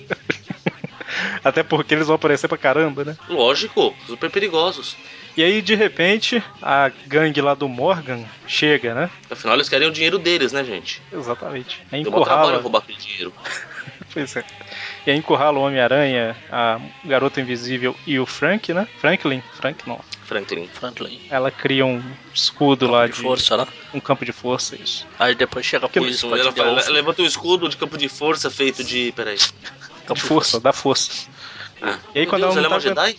Speaker 2: Até porque eles vão aparecer pra caramba, né?
Speaker 4: Lógico, super perigosos.
Speaker 2: E aí, de repente, a gangue lá do Morgan chega, né?
Speaker 4: Afinal, eles querem o dinheiro deles, né, gente?
Speaker 2: Exatamente. Aí
Speaker 4: Deu mó trabalho
Speaker 2: encurrala.
Speaker 4: roubar aquele dinheiro.
Speaker 2: Pois é. E aí encurrala o Homem-Aranha, a Garota Invisível e o Frank, né? Franklin? Frank não.
Speaker 4: Franklin.
Speaker 3: Franklin.
Speaker 2: Ela cria um escudo lá
Speaker 3: Campo
Speaker 2: de.
Speaker 3: de força lá.
Speaker 2: Um campo de força, isso.
Speaker 3: Aí depois chega a
Speaker 2: Que
Speaker 3: polícia pra
Speaker 4: Ela,
Speaker 3: te
Speaker 4: fala,
Speaker 3: derrubar.
Speaker 4: ela levanta um escudo de campo de força feito de. Peraí.
Speaker 3: Campo
Speaker 2: de força, da força.
Speaker 4: Ah,
Speaker 2: E aí,
Speaker 4: meu
Speaker 2: quando
Speaker 4: Deus,
Speaker 2: ela não
Speaker 4: ela é uma
Speaker 2: tá
Speaker 4: Jedi?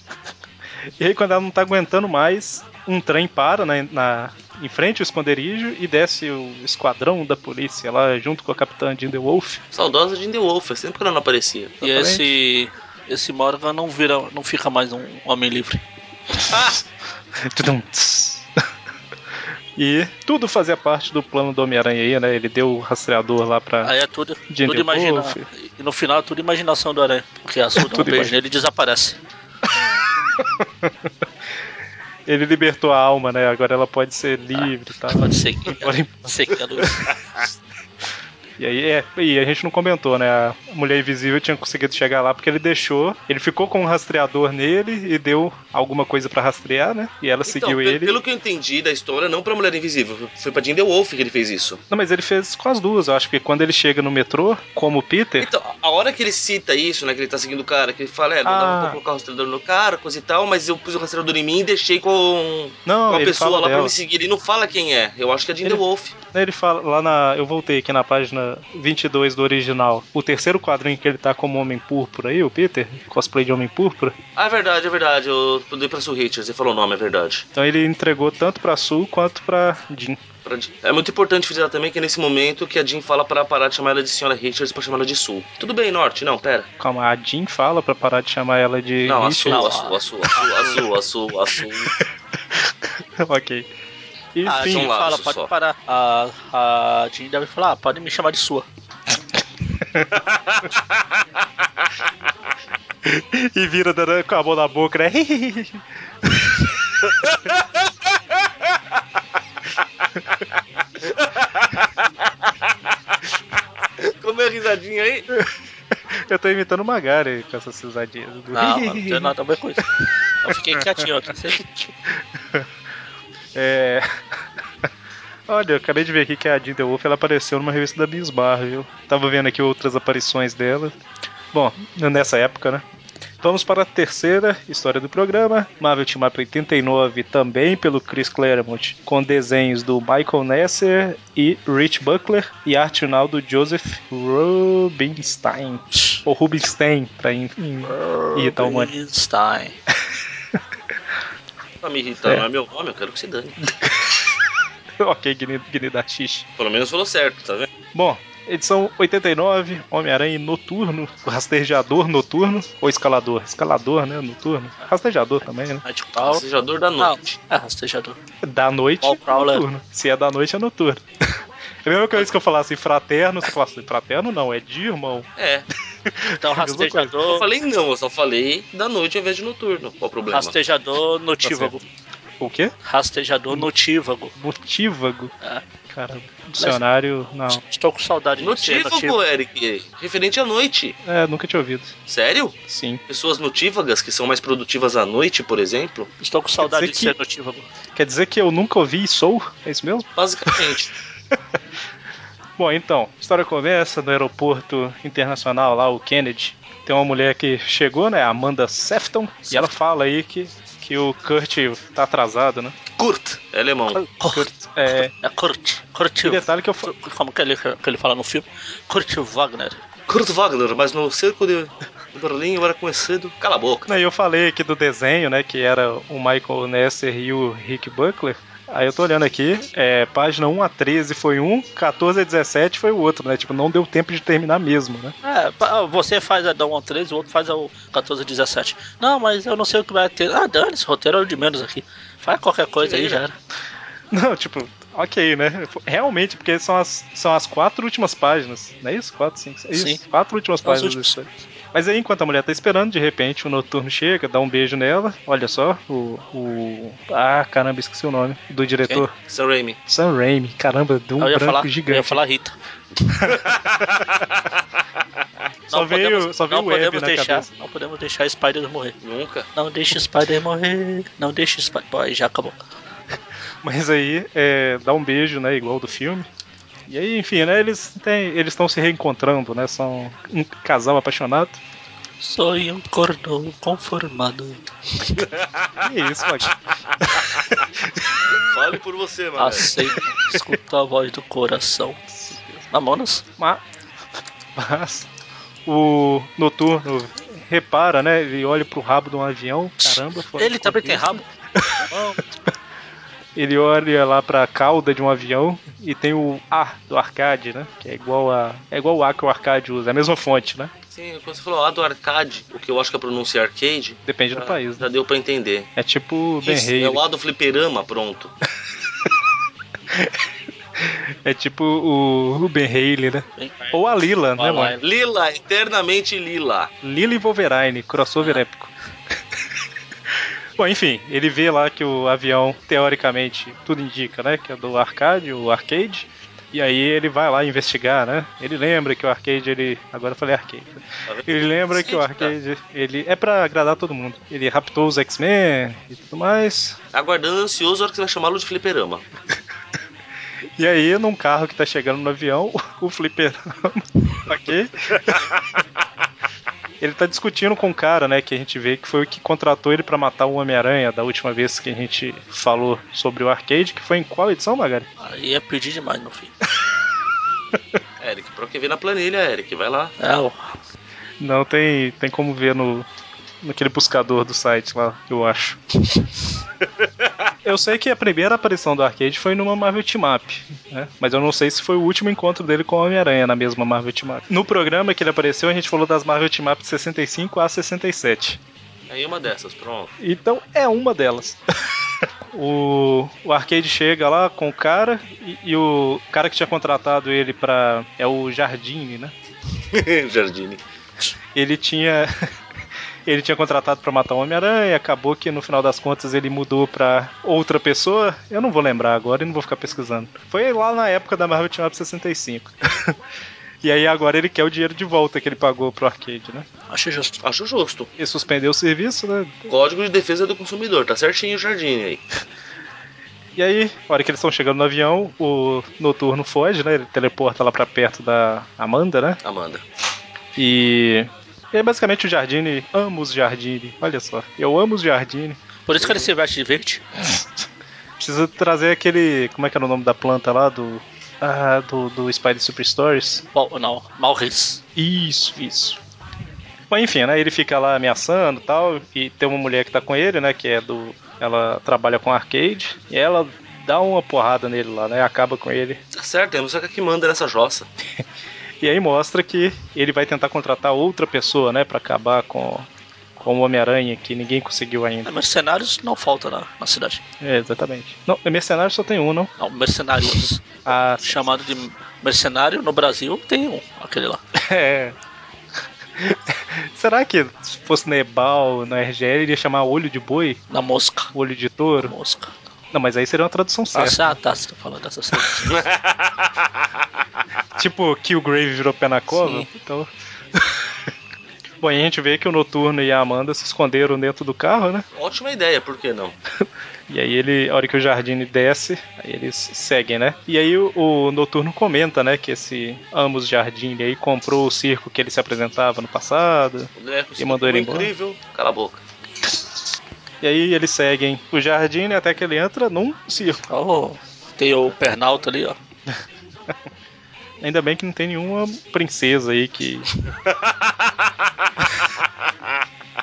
Speaker 2: E aí quando ela não tá aguentando mais, um trem para na, na- em frente ao esconderijo e desce o esquadrão da polícia lá junto com a capitã Jinder Wolf.
Speaker 4: Saudosa de The Wolf, é sempre que ela não aparecia.
Speaker 3: E esse. Esse Morgan não vira. não fica mais um homem livre.
Speaker 2: Tudum, tss. E tudo fazia parte do plano do Homem-Aranha aí, né? Ele deu o rastreador lá pra.
Speaker 3: Aí é tudo,
Speaker 2: Jim
Speaker 3: tudo
Speaker 2: Lee
Speaker 3: imagina.
Speaker 2: Wolf.
Speaker 3: E no final é tudo imaginação do Aranha. Porque a surda um
Speaker 2: Tudo
Speaker 3: beijo
Speaker 2: imagina-
Speaker 3: nele e desaparece.
Speaker 2: Ele libertou a alma, né? Agora ela pode ser livre e tal.
Speaker 3: Pode seguir.
Speaker 2: Bora em-
Speaker 3: seguir a luz.
Speaker 2: E aí, é, e a gente não comentou, né? A mulher invisível tinha conseguido chegar lá porque ele deixou. Ele ficou com um rastreador nele e deu alguma coisa pra rastrear, né? E ela
Speaker 4: Então,
Speaker 2: seguiu
Speaker 4: pe-
Speaker 2: ele.
Speaker 4: Pelo que eu entendi da história, não pra Mulher Invisível, foi pra Jim The Wolf que ele fez isso.
Speaker 2: Não, mas ele fez com as duas. Eu acho que quando ele chega no metrô, como o Peter,
Speaker 4: Então, a hora que ele cita isso, né, que ele tá seguindo o cara, que ele fala, é, não
Speaker 2: Ah.
Speaker 4: dava pra colocar o rastreador no cara, coisa e tal, mas eu pus o rastreador em mim e deixei com um,
Speaker 2: não,
Speaker 4: uma
Speaker 2: ele
Speaker 4: pessoa
Speaker 2: fala
Speaker 4: lá pra
Speaker 2: dela.
Speaker 4: me seguir. Ele não fala quem é, eu acho que é Jim
Speaker 2: Ele-
Speaker 4: The Wolf.
Speaker 2: Ele fala lá na, eu voltei aqui na página 22 do original. O terceiro quadrinho que ele tá como homem púrpura aí, o Peter, cosplay de homem púrpura.
Speaker 4: Ah, é verdade, é verdade, eu dei pra Sue Richards, ele falou o nome, é verdade.
Speaker 2: Então ele entregou tanto pra Sul quanto pra Jim.
Speaker 4: Pra Jean. É muito importante frisar também que é nesse momento que a Jean fala pra parar de chamar ela de Senhora Richards pra chamar ela de Sul. Tudo bem, Norte, não, pera.
Speaker 2: Calma, a Jean fala pra parar de chamar ela de
Speaker 4: Não, a Sul,
Speaker 2: Richard.
Speaker 4: a Sul, a Sul, a Sul, a Sul, a Sul, a Sul.
Speaker 2: ok.
Speaker 3: Ah,
Speaker 2: Enfim, um
Speaker 3: Jim
Speaker 4: então lá,
Speaker 3: fala,
Speaker 4: isso
Speaker 3: pode
Speaker 4: só.
Speaker 3: parar. A, a Jean deve falar, ah, pode me chamar de sua.
Speaker 2: e vira dando com a mão na boca, né?
Speaker 4: Comeu a risadinha aí?
Speaker 2: Eu tô imitando o Magari com essas risadinhas. do-
Speaker 3: Não, Ah, mano, não tem nada a ver com isso. Eu fiquei quietinho aqui. Você...
Speaker 2: É. Olha, eu acabei de ver aqui que a Dinda Wolf ela apareceu numa revista da Bisbar, viu? Tava vendo aqui outras aparições dela. Bom, nessa época, né? Vamos para a terceira história do programa, Marvel Team Up 89, também pelo Chris Claremont, com desenhos do Michael Nesser e Rich Buckler e arte final do Joseph Rubinstein, ou Rubinstein, pra in- in- irritar o Mani.
Speaker 3: Einstein.
Speaker 4: Tá me irritando, não é meu nome, eu quero que se dane.
Speaker 2: ok, Gni- Gnidachish.
Speaker 4: Pelo menos falou certo, tá vendo?
Speaker 2: Bom, edição 89, Homem-Aranha Noturno, o rastejador noturno, ou escalador? Escalador, né? Noturno. Rastejador também, né?
Speaker 3: Night Crawl.
Speaker 4: Desejador da
Speaker 3: Não,
Speaker 4: noite.
Speaker 3: é rastejador.
Speaker 2: Da noite,
Speaker 3: Ball crawler.
Speaker 2: noturno. Se é da noite, é noturno. É a mesma coisa que eu falasse fraterno, você falasse fraterno não, é de irmão.
Speaker 4: É,
Speaker 3: Então,
Speaker 2: Mesma coisa.
Speaker 4: eu
Speaker 3: rastejador.
Speaker 4: falei não, eu só falei da noite ao invés de noturno. Qual o problema?
Speaker 3: Rastejador notívago.
Speaker 2: O quê?
Speaker 3: Rastejador
Speaker 2: Hum.
Speaker 3: notívago.
Speaker 2: Notívago.
Speaker 3: É.
Speaker 2: Cara, dicionário, não.
Speaker 3: Estou com saudade de ser notívago.
Speaker 4: Notívago, Eric. Referente à noite.
Speaker 2: É, nunca tinha ouvido.
Speaker 4: Sério?
Speaker 2: Sim.
Speaker 4: Pessoas notívagas que são mais produtivas à noite, por exemplo?
Speaker 3: Estou com saudade
Speaker 2: dizer
Speaker 3: de ser
Speaker 2: que-
Speaker 3: notívago.
Speaker 2: Quer dizer que eu nunca ouvi e sou? É isso mesmo?
Speaker 4: Basicamente.
Speaker 2: Bom, então, a história começa no aeroporto internacional lá, o Kennedy. Tem uma mulher que chegou, né, Amanda Sefton, e ela fala aí que, que o Kurt tá atrasado, né?
Speaker 4: Kurt. É alemão.
Speaker 3: Cor-
Speaker 2: É,
Speaker 3: É Kurt.
Speaker 2: e
Speaker 3: Curtiu.
Speaker 2: detalhe que eu fa-
Speaker 3: Como que ele, que ele fala no filme? Curtiu Wagner.
Speaker 4: Kurt Wagner, mas no cerco de de Berlim eu era conhecido. Cala a boca.
Speaker 2: né, eu falei aqui do desenho, né, que era o Michael Nesser e o Rick Buckler. Aí eu tô olhando aqui, é, página 1 a 13 foi um, 14 a 17 foi o outro, né? Tipo, não deu tempo de terminar mesmo, né?
Speaker 3: É, pa- você faz a Dawn 13, o outro faz a 14, 17. Não, mas eu não sei o que vai ter. Ah, dane-se, roteiro é o de menos aqui. Faz qualquer coisa aí, já era.
Speaker 2: Não, tipo, ok, né? Realmente, porque são as, são as quatro últimas páginas, não é isso? Quatro, cinco, seis.
Speaker 3: Sim.
Speaker 2: Isso, quatro últimas
Speaker 3: São as
Speaker 2: páginas da história. Mas aí, enquanto a mulher tá esperando, de repente o noturno chega, dá um beijo nela. Olha só, o. o ah, caramba, esqueci o nome. Do diretor.
Speaker 4: Sam Raimi.
Speaker 2: Sam Raimi, caramba, deu um
Speaker 3: Eu ia
Speaker 2: branco
Speaker 3: falar, eu ia
Speaker 2: gigante.
Speaker 3: falar Rita.
Speaker 2: Só veio- só veio
Speaker 3: não
Speaker 2: o Abby
Speaker 3: podemos
Speaker 2: na
Speaker 3: deixar,
Speaker 2: cabeça.
Speaker 3: Não podemos deixar Spider morrer.
Speaker 4: Nunca.
Speaker 3: Não deixe Spider morrer. Não deixe Spider. Boy, já acabou.
Speaker 2: Mas aí é, dá um beijo, né? Igual do filme. E aí, enfim, né? Eles têm- eles estão se reencontrando, né? São um casal apaixonado.
Speaker 3: Sou um corno conformado.
Speaker 2: E é isso, Max.
Speaker 4: Fale por você, mano.
Speaker 3: Aceito escutar a voz do coração. Mamonas?
Speaker 2: Ma- Mas o Noturno repara, né? Ele olha pro rabo de um avião. Caramba, fora
Speaker 3: Ele
Speaker 2: de
Speaker 3: também tem
Speaker 2: contexto.
Speaker 3: rabo. Não,
Speaker 2: Ele olha lá pra cauda de um avião e tem o A do arcade, né? Que é igual a. É igual o A que o arcade usa, é a mesma fonte, né?
Speaker 4: Sim, quando você falou lá do arcade, o que eu acho que é pronúncia arcade,
Speaker 2: Depende
Speaker 3: Ah,
Speaker 2: do país.
Speaker 4: já
Speaker 2: Né?
Speaker 4: deu pra entender.
Speaker 2: É tipo Ben
Speaker 4: Isso, é
Speaker 2: Haley.
Speaker 4: o lado fliperama, pronto.
Speaker 2: É tipo o, o Ben Haley, né?
Speaker 3: Bem-
Speaker 2: Ou a Lila, né,
Speaker 3: Olha lá,
Speaker 2: mano?
Speaker 4: É Lila, eternamente Lila.
Speaker 2: Lila e Wolverine, crossover épico. Bom, enfim, ele vê lá que o avião, teoricamente, tudo indica, né? Que é do arcade, o arcade. E aí ele vai lá investigar, né? Ele lembra que o arcade, ele. Agora eu falei arcade. né? Ele lembra que o arcade, ele. É pra agradar todo mundo. Ele raptou os X-Men e tudo mais.
Speaker 4: Aguardando ansioso a hora que você vai chamá-lo de fliperama.
Speaker 2: E aí, num carro que tá chegando no avião, o fliperama, ok? Ele tá discutindo com um cara, né, que a gente vê que foi o que contratou ele pra matar o Homem-Aranha da última vez que a gente falou sobre o arcade, que foi em qual edição, Magari?
Speaker 3: Aí é pedir demais, meu filho.
Speaker 4: Eric, pra que ver na planilha, Eric, vai lá.
Speaker 3: É, o
Speaker 2: Não, tem, tem como ver no naquele buscador do site lá, eu acho. eu sei que a primeira aparição do arcade foi numa Marvel Team Up, né? Mas eu não sei se foi o último encontro dele com o Homem-Aranha na mesma Marvel Team Up. No programa que ele apareceu, a gente falou das Marvel Team Up de 65 a 67.
Speaker 4: Aí uma dessas, pronto.
Speaker 2: Então é uma delas. O, o arcade chega lá com o cara e, e o cara que tinha contratado ele pra. É o Jardine, né?
Speaker 4: Jardine.
Speaker 2: ele tinha ele tinha contratado pra matar o Homem-Aranha, acabou que no final das contas ele mudou pra outra pessoa. Eu não vou lembrar agora e não vou ficar pesquisando. Foi lá na época da Marvel Team Up 65. e aí agora ele quer o dinheiro de volta que ele pagou pro arcade, né?
Speaker 3: acho justo.
Speaker 4: Acho justo.
Speaker 2: Ele suspendeu o serviço, né?
Speaker 4: Código de defesa do consumidor, tá certinho o Jardine aí.
Speaker 2: E aí, na hora que eles estão chegando no avião, o Noturno foge, né? Ele teleporta lá pra perto da Amanda, né?
Speaker 4: Amanda.
Speaker 2: E e aí, basicamente o Jardine, amo os Jardine. Olha só, eu amo os Jardine.
Speaker 3: Por isso que ele se veste de verde.
Speaker 2: Precisa trazer aquele. Como é que era o nome da planta lá? Do. Ah, do, do Spider Super Stories.
Speaker 3: Bom, não, Malris.
Speaker 2: Isso, isso. Bom, enfim, né? Ele fica lá ameaçando e tal. E tem uma mulher que tá com ele, né? Que é do. Ela trabalha com arcade. E ela dá uma porrada nele lá, né? Acaba com ele.
Speaker 4: Tá certo, é a música que manda nessa jossa.
Speaker 2: E aí mostra que ele vai tentar contratar outra pessoa, né? Pra acabar com. Com o Homem-Aranha, que ninguém conseguiu ainda.
Speaker 3: É, Mercenários não falta na, na cidade.
Speaker 2: É, exatamente. Não, mercenário só tem um, não?
Speaker 3: Não, mercenários.
Speaker 2: Ah,
Speaker 3: chamado de mercenário no Brasil tem um, aquele lá.
Speaker 2: É. Será que se fosse Nebal, na RGL, ele ia chamar olho de boi?
Speaker 3: Na mosca.
Speaker 2: Olho de touro?
Speaker 3: Mosca.
Speaker 2: Não, mas aí seria uma tradução
Speaker 3: Ah,
Speaker 2: certa.
Speaker 3: tá, tá, você tá falando dessas coisas.
Speaker 2: Tipo, Killgrave virou pé na cova?
Speaker 3: Sim.
Speaker 2: Então. Bom, e a gente vê que o Noturno e a Amanda se esconderam dentro do carro, né?
Speaker 4: Ótima ideia, por que não?
Speaker 2: E aí ele, a hora que o Jardine desce, aí eles seguem, né? E aí o, o Noturno comenta, né, que esse Amos Jardine aí comprou o circo que ele se apresentava no passado.
Speaker 4: O Deco
Speaker 2: E mandou ele embora?
Speaker 4: incrível. Cala a boca.
Speaker 2: E aí eles seguem o Jardine até que ele entra num circo.
Speaker 3: Oh, tem o Pernalto ali, ó.
Speaker 2: Ainda bem que não tem nenhuma princesa aí que.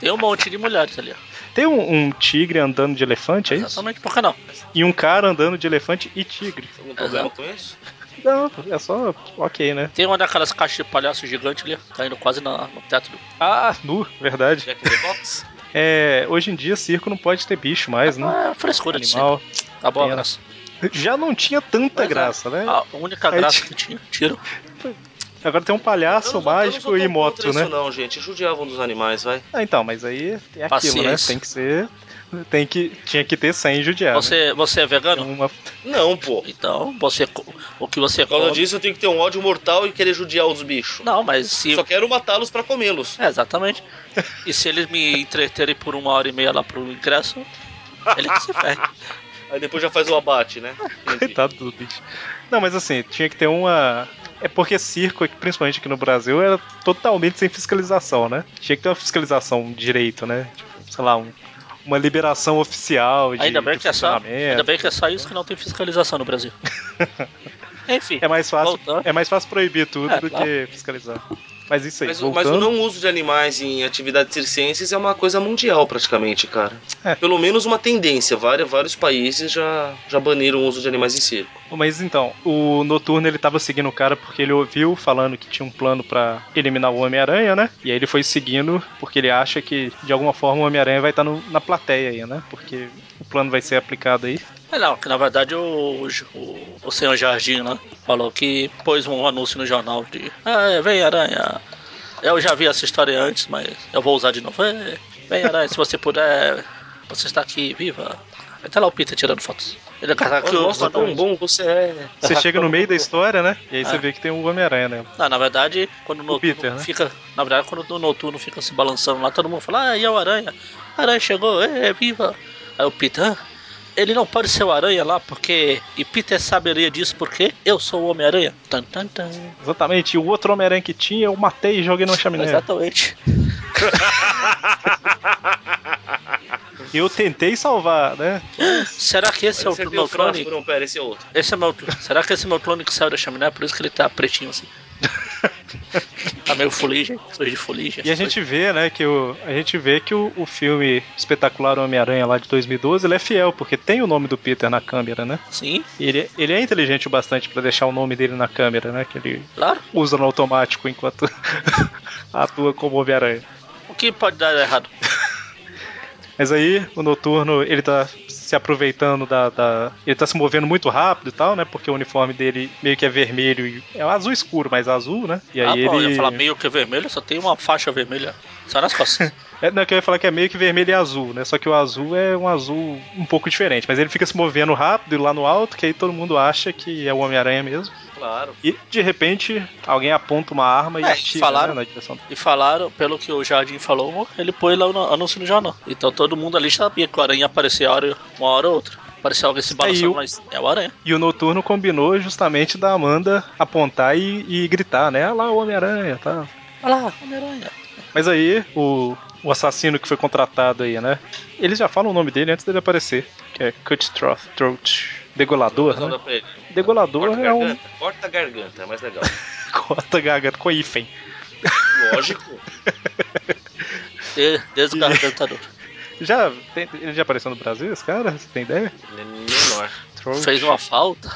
Speaker 3: Tem um monte de mulheres ali, ó.
Speaker 2: Tem um, um tigre andando de elefante, é isso?
Speaker 3: Exatamente, por que não?
Speaker 2: E um cara andando de elefante e tigre.
Speaker 4: Algum problema com isso?
Speaker 2: Não, é só ok, né?
Speaker 3: Tem uma daquelas caixas de palhaço gigante ali, ó, caindo quase na- no teto do.
Speaker 2: Ah, nu, verdade.
Speaker 4: Jack in the Box?
Speaker 2: É, hoje em dia circo não pode ter bicho mais, né?
Speaker 3: Ah, frescura de sempre.
Speaker 2: Animal.
Speaker 3: Acabou a
Speaker 2: Pena.
Speaker 3: graça.
Speaker 2: Já não tinha tanta
Speaker 3: Pois é.
Speaker 2: graça, né?
Speaker 4: Ah.
Speaker 3: A única
Speaker 2: Aí
Speaker 3: graça
Speaker 2: ti-
Speaker 3: que tinha, tiro.
Speaker 2: Agora tem um palhaço
Speaker 4: Eu não- eu não
Speaker 2: mágico
Speaker 4: sou
Speaker 2: e
Speaker 4: tão
Speaker 2: moto,
Speaker 4: contra
Speaker 2: né?
Speaker 4: Isso não, gente. Judiavam dos animais, vai.
Speaker 2: Ah, então, mas aí é aquilo, né?
Speaker 3: Paciência.
Speaker 2: Tem que ser. Tem que. Tinha que ter 100 judiar. né?
Speaker 3: Você, você é vegano?
Speaker 2: Uma-
Speaker 4: Não, pô.
Speaker 2: um-
Speaker 3: Então, você co- o que você
Speaker 4: Por causa
Speaker 3: come.
Speaker 4: disso, eu tenho que ter um ódio mortal e querer judiar os bichos.
Speaker 3: Não, mas se.
Speaker 4: Só quero matá-los pra comê-los.
Speaker 3: É, exatamente. E se eles me entreterem por uma hora e meia lá pro ingresso, ele que se ferre.
Speaker 4: Aí depois já faz o abate, né?
Speaker 2: Ah, Coitado do bicho. Não, mas assim, tinha que ter uma. É porque circo, principalmente aqui no Brasil, era totalmente sem fiscalização, né? Tinha que ter uma fiscalização direito, né? Tipo, sei lá, um- uma liberação oficial de,
Speaker 3: Ainda bem
Speaker 2: de
Speaker 3: que é só.
Speaker 2: funcionamento.
Speaker 3: Ainda bem que é só isso que não tem fiscalização no Brasil. Enfim.
Speaker 2: É mais fácil,
Speaker 3: Voltando.
Speaker 2: é mais fácil proibir tudo
Speaker 3: É,
Speaker 2: do
Speaker 3: claro.
Speaker 2: que fiscalizar. Mas isso aí,
Speaker 4: Mas, o- mas
Speaker 2: voltando.
Speaker 4: o não uso de animais em atividades circenses é uma coisa mundial, praticamente, cara.
Speaker 2: É.
Speaker 4: Pelo menos uma tendência. Vários, vários países já, já baniram o uso de animais em circo.
Speaker 2: Mas então, o Noturno ele tava seguindo o cara porque ele ouviu falando que tinha um plano pra eliminar o Homem-Aranha, né? E aí ele foi seguindo porque ele acha que de alguma forma o Homem-Aranha vai estar na plateia aí, né? Porque o plano vai ser aplicado aí.
Speaker 3: Mas É, não, que na verdade o, o, o senhor Jardim lá falou que pôs um anúncio no jornal de ah, vem aranha. Eu já vi essa história antes, mas eu vou usar de novo. É, vem aranha, se você puder, você está aqui, viva. Aí tá lá o Peter tirando fotos. Ele é que
Speaker 4: Olha, nossa,
Speaker 3: o,
Speaker 4: tão bom você é.
Speaker 2: Você chega no meio da história, né? E aí você
Speaker 3: Ah.
Speaker 2: vê que tem o Homem-Aranha, né?
Speaker 3: não, Ah, na verdade, quando o noturno
Speaker 2: Peter, né?
Speaker 3: fica. Na verdade, quando o noturno fica se balançando lá, todo mundo fala, ah, e é o aranha? Aranha chegou, é, viva! Aí o Peter, "Ah, ele não pode ser o aranha lá, porque. E Peter saberia disso porque eu sou o Homem-Aranha. Tan, tan, tan.
Speaker 2: É. Exatamente. E o outro Homem-Aranha que tinha, eu matei e joguei na chaminé.
Speaker 3: Exatamente.
Speaker 2: Eu tentei salvar, né?
Speaker 3: Será que esse é o
Speaker 4: Você tem
Speaker 3: meu
Speaker 4: o frasco?
Speaker 3: clone?
Speaker 4: Não, pera, esse é outro.
Speaker 3: Esse é meu, será que esse é meu clone que saiu da chaminé? Por isso que ele tá pretinho assim. tá meio fuligem, sorriso de fuligem.
Speaker 2: E a gente vê, né, que o, a gente vê que o, o filme espetacular Homem-Aranha lá de 2012, ele é fiel, porque tem o nome do Peter na câmera, né?
Speaker 3: Sim,
Speaker 2: Ele, ele é inteligente o bastante pra deixar o nome dele na câmera, né? Que ele
Speaker 3: claro.
Speaker 2: usa no automático enquanto atua como Homem-Aranha.
Speaker 3: O que pode dar errado?
Speaker 2: Mas aí, o Noturno, ele tá se aproveitando da, da- Ele tá se movendo muito rápido e tal, né? Porque o uniforme dele meio que é vermelho e... É um azul escuro, mas azul, né? E aí
Speaker 3: ah,
Speaker 2: ele...
Speaker 3: bom, eu ia falar meio que vermelho, só tem uma faixa vermelha. Só nas costas.
Speaker 2: É, não, que eu ia falar que é meio que vermelho e azul, né? Só que o azul é um azul um pouco diferente. Mas ele fica se movendo rápido lá no alto, que aí todo mundo acha que é o Homem-Aranha mesmo.
Speaker 4: Claro.
Speaker 2: E, de repente, alguém aponta uma arma e
Speaker 3: É,
Speaker 2: atira
Speaker 3: falaram-
Speaker 2: né, na direção
Speaker 3: E falaram, pelo que o Jardim falou, ele pôs lá o anúncio no jornal. Então todo mundo ali sabia que o aranha aparecia uma hora, uma hora ou outra. Apareceu alguém se
Speaker 2: Aí
Speaker 3: balançando,
Speaker 2: o-
Speaker 3: mas é o aranha.
Speaker 2: E o Noturno combinou justamente da Amanda apontar e, e gritar, né? Ah lá, o Homem-Aranha, tá?
Speaker 3: Olha lá, Homem-Aranha.
Speaker 2: Mas aí, o, o assassino que foi contratado aí, né? Eles já falam o nome dele antes dele aparecer, que é Cutthroat, Throat, Degolador,
Speaker 4: Não
Speaker 2: né?
Speaker 4: dá pra ele.
Speaker 2: Degolador
Speaker 4: Corta a
Speaker 2: é um
Speaker 4: garganta. Corta a garganta, é mais legal.
Speaker 2: corta garganta com hífen.
Speaker 4: Lógico.
Speaker 3: De- Desgargantador.
Speaker 2: Já, tem- ele já apareceu no Brasil, esse cara? Você tem ideia?
Speaker 4: é Menor.
Speaker 2: Throat.
Speaker 3: Fez uma falta.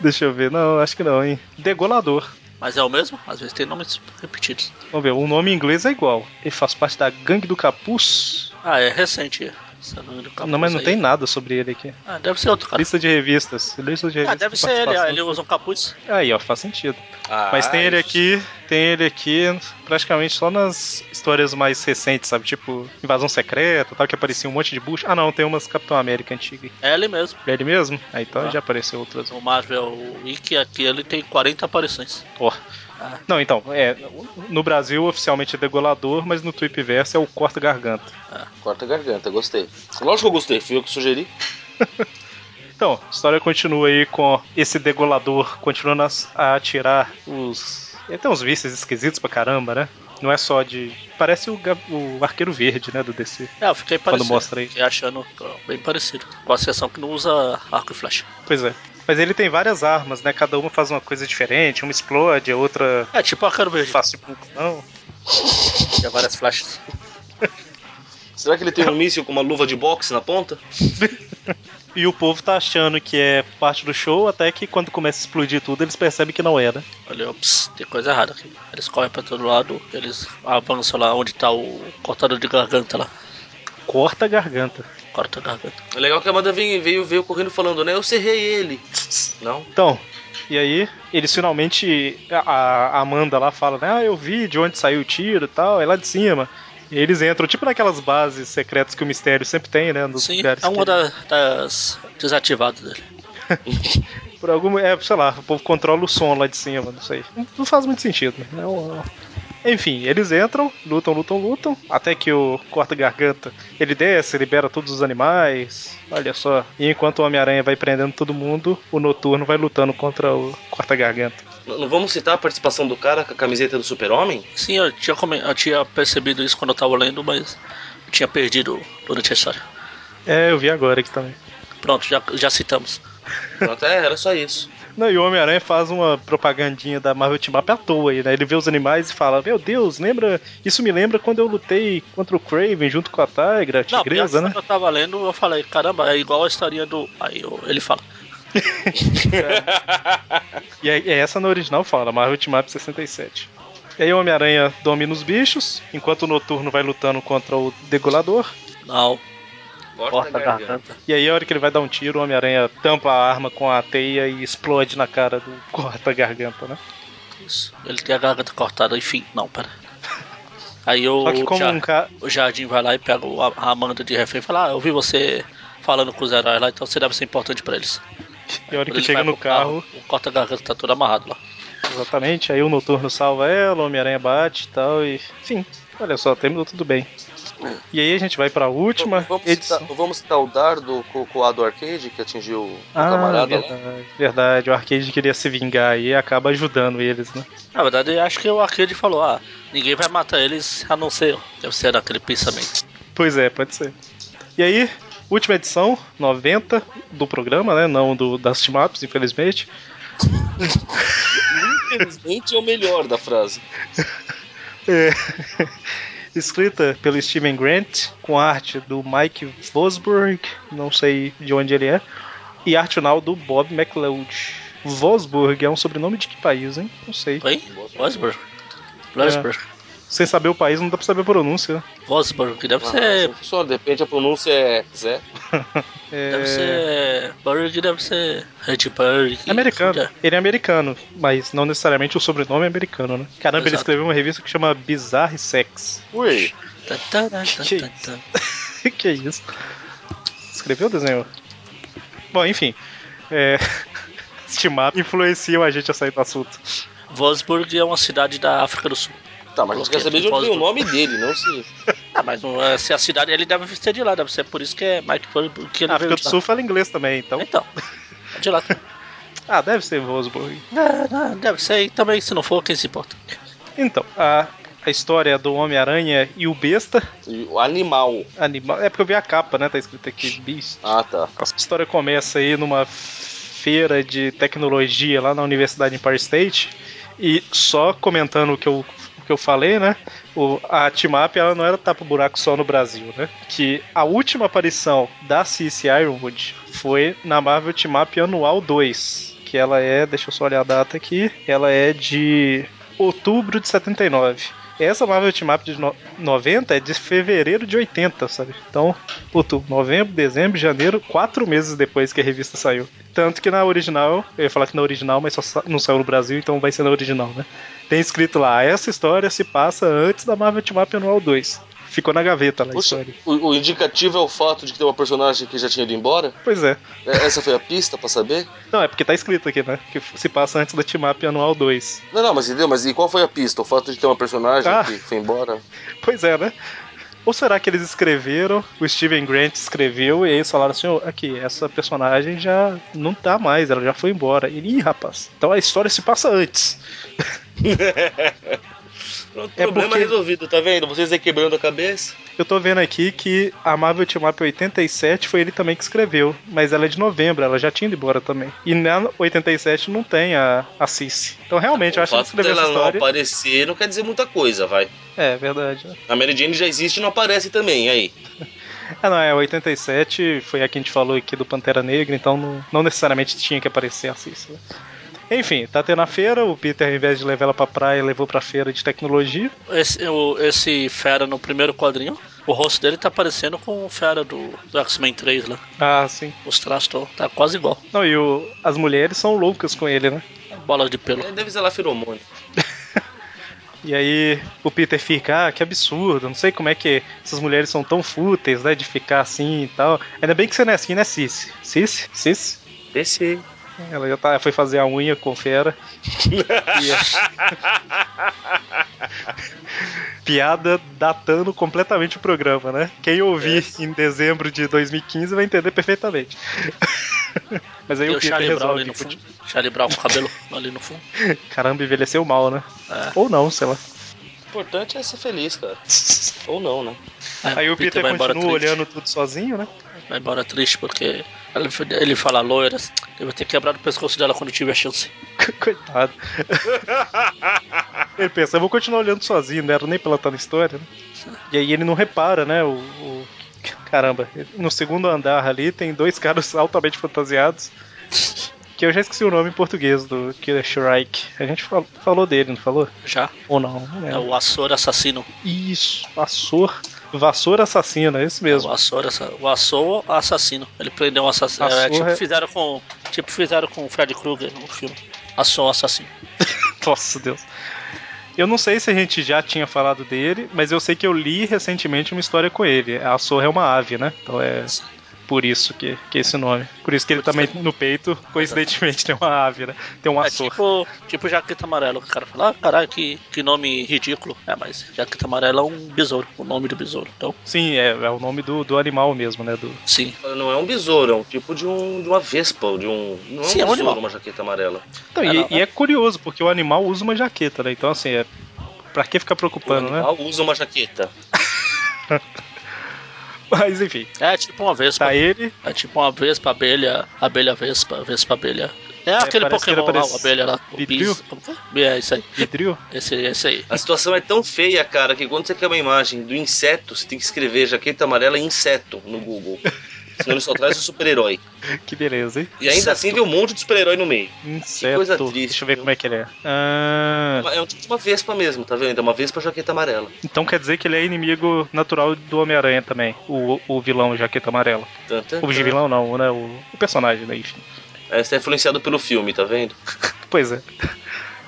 Speaker 2: Deixa eu ver, não, acho que não, hein? Degolador.
Speaker 3: Mas é o mesmo? Às vezes tem nomes repetidos.
Speaker 2: Vamos ver, o nome em inglês é igual. Ele faz parte da Gangue do Capuz.
Speaker 3: Ah, é recente. Esse nome do capuz
Speaker 2: não, mas não
Speaker 3: aí.
Speaker 2: tem nada sobre ele aqui.
Speaker 3: Ah, deve ser outro cara.
Speaker 2: Lista de revistas. Lista de
Speaker 3: Ah,
Speaker 2: revistas.
Speaker 3: deve
Speaker 2: com
Speaker 3: ser ele. Ah,
Speaker 2: participação.
Speaker 3: ele usa um capuz.
Speaker 2: Aí, ó, faz sentido.
Speaker 4: Ah,
Speaker 2: Mas tem ele
Speaker 4: isso.
Speaker 2: aqui, tem ele aqui praticamente só nas histórias mais recentes, sabe? Tipo, Invasão Secreta tal, que aparecia um monte de bucha. Ah, não, tem umas Capitão América antiga.
Speaker 3: É ele mesmo.
Speaker 2: É ele mesmo? Ah, então
Speaker 3: Ah.
Speaker 2: já apareceu outras.
Speaker 3: No Marvel Wiki aqui ele tem 40 aparições.
Speaker 2: Ó.
Speaker 3: Ah.
Speaker 2: Não, então, é. No Brasil oficialmente é Degolador, mas no Tweep Verso é o Corta Garganta.
Speaker 4: Corta a garganta, gostei. Lógico que eu gostei, fui eu que sugeri.
Speaker 2: Então, a história continua aí com esse degolador continuando a, a atirar os. Ele tem uns vícios esquisitos pra caramba, né? Não é só de. Parece o, Ga- o arqueiro verde, né? Do DC.
Speaker 3: É, eu fiquei é
Speaker 2: Quando
Speaker 3: parecido.
Speaker 2: mostra aí.
Speaker 3: Fiquei achando ó, bem parecido. Com a exceção que não usa arco e flecha.
Speaker 2: Pois é. Mas ele tem várias armas, né? Cada uma faz uma coisa diferente, uma explode, a outra
Speaker 3: É tipo a cara verde.
Speaker 2: faz tipo não.
Speaker 3: Tinha várias flechas.
Speaker 4: Será que ele tem um míssil com uma luva de boxe na ponta?
Speaker 2: E o povo tá achando que é parte do show, até que quando começa a explodir tudo, eles percebem que não é, né? era.
Speaker 3: Olha, ops, tem coisa errada aqui. Eles correm pra todo lado, eles avançam lá onde tá o cortador de garganta lá.
Speaker 2: Corta a garganta.
Speaker 3: Corta a garganta.
Speaker 4: É legal que a Amanda veio, veio, veio correndo falando, né? Eu serrei ele. Não?
Speaker 2: Então, e aí, eles finalmente. A, a Amanda lá fala, né? Ah, eu vi de onde saiu o tiro e tal, é lá de cima. E eles entram, tipo naquelas bases secretas que o mistério sempre tem, né? Nos
Speaker 3: Sim,
Speaker 2: lugares
Speaker 3: é uma
Speaker 2: que-
Speaker 3: da- das desativadas dele.
Speaker 2: Por algum. É, sei lá, o povo controla o som lá de cima, não sei. Não faz muito sentido, né? É um- Enfim, eles entram, lutam, lutam, lutam, até que o corta-garganta ele desce, libera todos os animais. Olha só. E enquanto o Homem-Aranha vai prendendo todo mundo, o noturno vai lutando contra o corta-garganta.
Speaker 4: N- Não vamos citar a participação do cara com a camiseta do super-homem?
Speaker 3: Sim, eu tinha, come- eu tinha percebido isso quando eu tava lendo, mas eu tinha perdido durante a história.
Speaker 2: É, eu vi agora aqui também.
Speaker 3: Pronto, já, já citamos.
Speaker 4: Até era só isso.
Speaker 2: Não, e o Homem-Aranha faz uma propagandinha da Marvel Team Up à toa aí, né? Ele vê os animais e fala: Meu Deus, lembra. Isso me lembra quando eu lutei contra o Craven junto com a Tigra, a
Speaker 3: Não,
Speaker 2: Tigresa,
Speaker 3: pior
Speaker 2: né?
Speaker 3: que quando eu tava lendo, eu falei, caramba, é igual a historinha do. Aí eu- ele fala.
Speaker 2: E aí, é essa no original fala, Marvel Team Up 67. E aí o Homem-Aranha domina os bichos, enquanto o Noturno vai lutando contra o Degolador.
Speaker 3: Não,
Speaker 4: Corta,
Speaker 3: corta a
Speaker 4: garganta.
Speaker 3: garganta.
Speaker 2: E aí a hora que ele vai dar um tiro, o Homem-Aranha tampa a arma com a teia e explode na cara do corta-garganta, né?
Speaker 3: Isso. Ele tem a garganta cortada, enfim, não, pera. Aí o,
Speaker 2: Só que como
Speaker 3: ja-
Speaker 2: um cara...
Speaker 3: o Jardim vai lá e pega o- a Amanda de refém e fala: Ah, eu vi você falando com os heróis lá, então você deve ser importante pra eles.
Speaker 2: E a hora que
Speaker 3: Ele
Speaker 2: chega
Speaker 3: vai
Speaker 2: no
Speaker 3: pro
Speaker 2: carro,
Speaker 3: o corta-garganta tá todo amarrado lá.
Speaker 2: exatamente, aí o Noturno salva ela, o Homem-Aranha bate e tal, e... Enfim, olha só, terminou tudo bem. E aí a gente vai pra última
Speaker 4: Vamos citar,
Speaker 2: edição.
Speaker 4: vamos citar o dardo co- coado arcade que atingiu o
Speaker 2: Ah,
Speaker 4: camarada lá.
Speaker 2: verdade, verdade, o Arcade queria se vingar e acaba ajudando eles, né?
Speaker 3: Na verdade, eu acho que o Arcade falou: Ah, ninguém vai matar eles a não ser eu. Deve ser aquele pensamento.
Speaker 2: Pois é, pode ser. E aí, última edição, 90 do programa, né? Não do das team-ups, infelizmente.
Speaker 4: Infelizmente é o melhor da frase.
Speaker 2: É. Escrita pelo Steven Grant, com arte do Mike Vosburg, não sei de onde ele é, e arte final do Bob McLeod. Vosburg é um sobrenome de que país, hein? Não sei.
Speaker 3: Foi? Wolfsburg. Wolfsburg.
Speaker 2: Sem saber o país, não dá pra saber a pronúncia.
Speaker 3: Wolfsburg, que deve
Speaker 4: Ah,
Speaker 3: ser.
Speaker 4: sim, Só depende, a pronúncia é Zé.
Speaker 2: É...
Speaker 3: Deve ser. Burg deve ser. Redburg.
Speaker 2: Americano. Ele é americano, mas não necessariamente o sobrenome é americano, né? Caramba, ele
Speaker 3: Exato.
Speaker 2: escreveu uma revista que chama Bizarre Sex.
Speaker 4: Ui.
Speaker 3: Tá, tá, tá,
Speaker 2: Que que é
Speaker 3: tá, tá.
Speaker 2: que é isso? Escreveu o desenho? Bom, enfim. É... Este mapa influenciam a gente a sair do assunto.
Speaker 3: Wolfsburg é uma cidade da África do Sul.
Speaker 4: Tá, mas a gente quer saber de onde vem o nome dele, não se.
Speaker 3: Ah, mas não é, se a cidade ele deve ser de lá, deve ser por isso que é Mike Wolfsburg que ele
Speaker 2: A África
Speaker 3: veio
Speaker 2: do
Speaker 3: de lá.
Speaker 2: Sul fala inglês também, então.
Speaker 3: Então, é de lá.
Speaker 2: Ah, deve ser Wolfsburg.
Speaker 3: Não, não, deve ser. E também, se não for, quem se importa?
Speaker 2: Então, a, a história do Homem-Aranha e o Besta.
Speaker 4: E O animal.
Speaker 2: Animal... É porque eu vi a capa, né? Tá escrito aqui Beast.
Speaker 4: Ah, tá.
Speaker 2: A história começa aí numa feira de tecnologia lá na Universidade de Empire State. E só comentando o que eu, o que eu falei, né? O, a Timap ela não era tapa-buraco só no Brasil, né? Que a última aparição da Cici Ironwood foi na Marvel Timap Anual 2. Que ela é, deixa eu só olhar a data aqui, ela é de outubro de 79. Essa Marvel Timap de no- 90 é de fevereiro de 80, sabe? Então, outubro, novembro, dezembro, janeiro, quatro meses depois que a revista saiu. Tanto que na original, eu ia falar que na original, mas só sa- não saiu no Brasil, então vai ser na original, né? Tem escrito lá, essa história se passa antes da Marvel Team Up Anual 2. Ficou na gaveta lá a
Speaker 4: Puxa.
Speaker 2: história.
Speaker 4: O, o indicativo é o fato de que tem uma personagem que já tinha ido embora?
Speaker 2: Pois é.
Speaker 4: É, Essa foi a pista pra saber?
Speaker 2: Não, é porque tá escrito aqui, né? Que f- se passa antes da Team Up Anual 2.
Speaker 4: Não, não, mas entendeu? Mas e qual foi a pista? O fato de ter uma personagem
Speaker 2: Ah.
Speaker 4: que foi embora?
Speaker 2: Pois é, né? Ou será que eles escreveram, o Steven Grant escreveu e aí eles falaram assim, ó, aqui, essa personagem já não tá mais, ela já foi embora. E, Ih, rapaz, então a história se passa antes.
Speaker 4: Pronto,
Speaker 2: É
Speaker 4: problema
Speaker 2: porque-
Speaker 4: resolvido, tá vendo? Vocês aí quebrando a cabeça.
Speaker 2: Eu tô vendo aqui que a Marvel Team Up 87 foi ele também que escreveu, mas ela é de novembro, ela já tinha ido embora também. E na 87 não tem a, a Cici. Então realmente, eu
Speaker 4: o
Speaker 2: acho que
Speaker 4: fato
Speaker 2: escreveu
Speaker 4: dela
Speaker 2: essa
Speaker 4: não
Speaker 2: história.
Speaker 4: aparecer não quer dizer muita coisa, vai.
Speaker 2: É, verdade. né?
Speaker 4: A Mary Jane já existe e não aparece também, e aí.
Speaker 2: Ah, não, é 87, foi a que a gente falou aqui do Pantera Negra, então não, não necessariamente tinha que aparecer a Cici. né? Enfim, tá tendo a feira, o Peter, ao invés de levar ela pra praia, levou pra feira de tecnologia.
Speaker 3: Esse, o- esse fera no primeiro quadrinho, o rosto dele tá parecendo com o fera do, do X-Men 3 lá.
Speaker 2: Ah, sim.
Speaker 3: Os traços tão- tá quase igual.
Speaker 2: Não, e o- as mulheres são loucas com ele, né?
Speaker 3: Bolas de pelo.
Speaker 4: É, Deve ser lá feromônio.
Speaker 2: E aí o Peter fica, ah, que absurdo, não sei como é que essas mulheres são tão fúteis, né, de ficar assim e tal. Ainda bem que você não é assim, né, Cici? Cici? Cici?
Speaker 4: Descer.
Speaker 2: Ela já tá, foi fazer a unha com fera. E- Piada datando completamente o programa, né? Quem ouvir em dezembro de 2015 vai entender perfeitamente. Mas aí
Speaker 3: E
Speaker 2: o
Speaker 3: o
Speaker 2: Peter
Speaker 3: Charlie Brown
Speaker 2: resolve.
Speaker 3: ali no fundo. Charlie Brown com o cabelo ali no fundo.
Speaker 2: Caramba, envelheceu mal, né?
Speaker 3: É.
Speaker 2: Ou não, sei lá.
Speaker 4: O importante é ser feliz, cara. Ou não, né?
Speaker 3: É,
Speaker 2: Aí o Peter, continua
Speaker 3: triste.
Speaker 2: olhando tudo sozinho, né?
Speaker 3: Vai embora triste porque ele, ele fala loira. Eu vou ter quebrado o pescoço dela quando tiver chance.
Speaker 2: Coitado. ele pensa, eu vou continuar olhando sozinho, não era nem pela tal história, né? E aí ele não repara, né? O, o- Caramba, no segundo andar ali tem dois caras altamente fantasiados. Que eu já esqueci o nome em português do Killer Shrike. A gente fal- falou dele, não falou?
Speaker 3: Já.
Speaker 2: Ou não? não
Speaker 3: É,
Speaker 2: lembro.
Speaker 3: o Açor assassino.
Speaker 2: Isso, Vassour. Vassoura assassina, é esse mesmo.
Speaker 3: O Açor, assa- o Açor assassino. Ele prendeu um assassino.
Speaker 2: Açor
Speaker 3: É, tipo,
Speaker 2: é-
Speaker 3: fizeram com, tipo fizeram com o Fred Krueger no filme. Açor assassino.
Speaker 2: Nossa Deus. Eu não sei se a gente já tinha falado dele, mas eu sei que eu li recentemente uma história com ele. A Sorra é uma ave, né? Então é por isso que, que é esse nome. Por isso que ele também no peito, coincidentemente, tem uma ave, né? Tem um
Speaker 3: É
Speaker 2: Açor.
Speaker 3: tipo, tipo Jaqueta Amarelo, que o cara fala, ah, caralho, que, que nome ridículo. É, mas Jaqueta Amarelo é um besouro, o nome do besouro. Então,
Speaker 2: Sim, é, é o nome do, do animal mesmo, né? Do...
Speaker 3: sim.
Speaker 4: Não é um besouro, é um tipo de, um, de uma vespa, ou de um. Não é um
Speaker 3: Sim, é um
Speaker 4: besouro,
Speaker 3: animal.
Speaker 4: uma jaqueta amarela.
Speaker 2: Então,
Speaker 3: É, não,
Speaker 2: e, e é curioso, porque o animal usa uma jaqueta, né? Então, assim, é. Pra que ficar preocupando,
Speaker 4: o
Speaker 2: né?
Speaker 4: animal usa uma jaqueta.
Speaker 2: Mas enfim,
Speaker 3: É tipo uma vespa.
Speaker 2: tá ele.
Speaker 3: É tipo uma vespa, abelha, abelha vespa, vespa abelha. É, aquele
Speaker 2: parece que ele
Speaker 3: Pokémon lá,
Speaker 2: aparece-
Speaker 3: o abelha lá. O
Speaker 2: Pipiu?
Speaker 3: Bis, como foi? É isso aí.
Speaker 2: Vidrio?
Speaker 3: Esse, esse aí.
Speaker 4: A situação é tão feia, cara, que quando você quer uma imagem do inseto, você tem que escrever jaqueta amarela e inseto no Google. Senão ele só traz o super-herói.
Speaker 2: Que beleza, hein?
Speaker 4: E ainda
Speaker 3: Inseto.
Speaker 4: assim vem um monte de super-herói no meio.
Speaker 2: Inseto.
Speaker 4: coisa triste,
Speaker 2: Deixa eu ver
Speaker 4: viu?
Speaker 2: como é que ele é. Ah,
Speaker 4: É um tipo de uma vespa mesmo, tá vendo? É uma vespa jaqueta amarela.
Speaker 2: Então quer dizer que ele é inimigo natural do Homem-Aranha também, o, o vilão Jaqueta Amarela.
Speaker 4: Tanta.
Speaker 2: O vilão não, né? O, o personagem, né? Enfim.
Speaker 4: É, você é influenciado pelo filme, tá vendo?
Speaker 2: Pois é.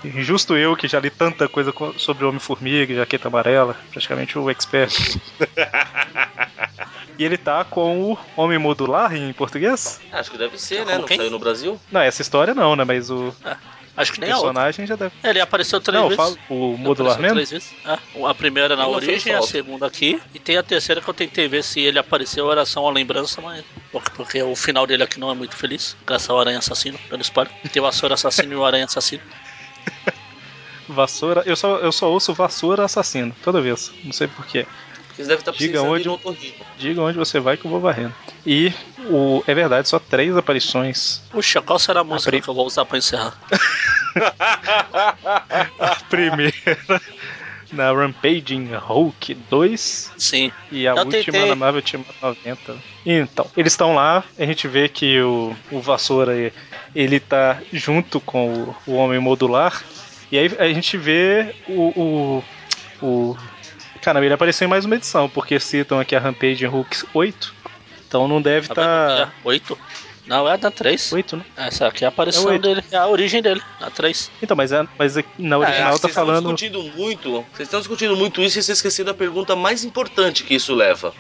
Speaker 2: Justo eu que já li tanta coisa co- sobre o Homem-Formiga, e Jaqueta Amarela, praticamente o expert. e ele tá com o Homem Modular em português?
Speaker 4: Acho que deve ser,
Speaker 3: Como
Speaker 4: né? Não
Speaker 3: Tá quem?
Speaker 4: saiu no Brasil?
Speaker 2: Não, essa história não, né? Mas o
Speaker 3: É, Acho que nem a outra.
Speaker 2: personagem já deve.
Speaker 3: Ele apareceu três
Speaker 2: Não, eu
Speaker 3: vezes.
Speaker 2: falo o modular
Speaker 3: Apareceu
Speaker 2: mesmo?
Speaker 3: três vezes. É. A primeira na
Speaker 4: Ele não fez
Speaker 3: origem, a
Speaker 4: falta.
Speaker 3: segunda aqui. E tem a terceira que eu tentei ver se ele apareceu, era só uma lembrança, mas. Porque, porque o final dele aqui não é muito feliz. Graças ao Aranha Assassino, dando spoiler. Tem o Açor Assassino e o Aranha Assassino.
Speaker 2: Vassoura. Eu só, eu só ouço Vassoura Assassino, toda vez. Não sei porquê.
Speaker 4: Porque você deve estar
Speaker 2: Diga
Speaker 4: precisando
Speaker 2: onde-
Speaker 4: de um otorrino.
Speaker 2: Diga onde você vai que eu vou varrendo. E o é verdade, só três aparições.
Speaker 3: Puxa, qual será a música
Speaker 2: pri-
Speaker 3: que eu vou usar pra encerrar?
Speaker 2: A primeira na Rampaging Hulk 2
Speaker 3: Sim.
Speaker 2: e a
Speaker 3: Eu
Speaker 2: última
Speaker 3: tentei.
Speaker 2: na Marvel Team Up 90. Então, eles estão lá, a gente vê que o, o Vassoura ele tá junto com o, o Homem Modular. E aí a gente vê o, o, o Caramba, ele apareceu em mais uma edição, porque citam aqui a Rampagem Hulk 8. Então não deve
Speaker 3: Tá
Speaker 2: estar.
Speaker 3: vendo? É, Oito? Não, é da três.
Speaker 2: 8, né?
Speaker 3: Essa aqui é a
Speaker 2: É
Speaker 3: aparição
Speaker 2: oito.
Speaker 3: dele, é a origem dele, na 3.
Speaker 2: Então, mas, é- mas é- na original
Speaker 4: vocês
Speaker 2: tá
Speaker 4: estão
Speaker 2: falando.
Speaker 4: discutindo muito. Vocês estão discutindo muito isso e vocês esqueceram a pergunta mais importante que isso leva.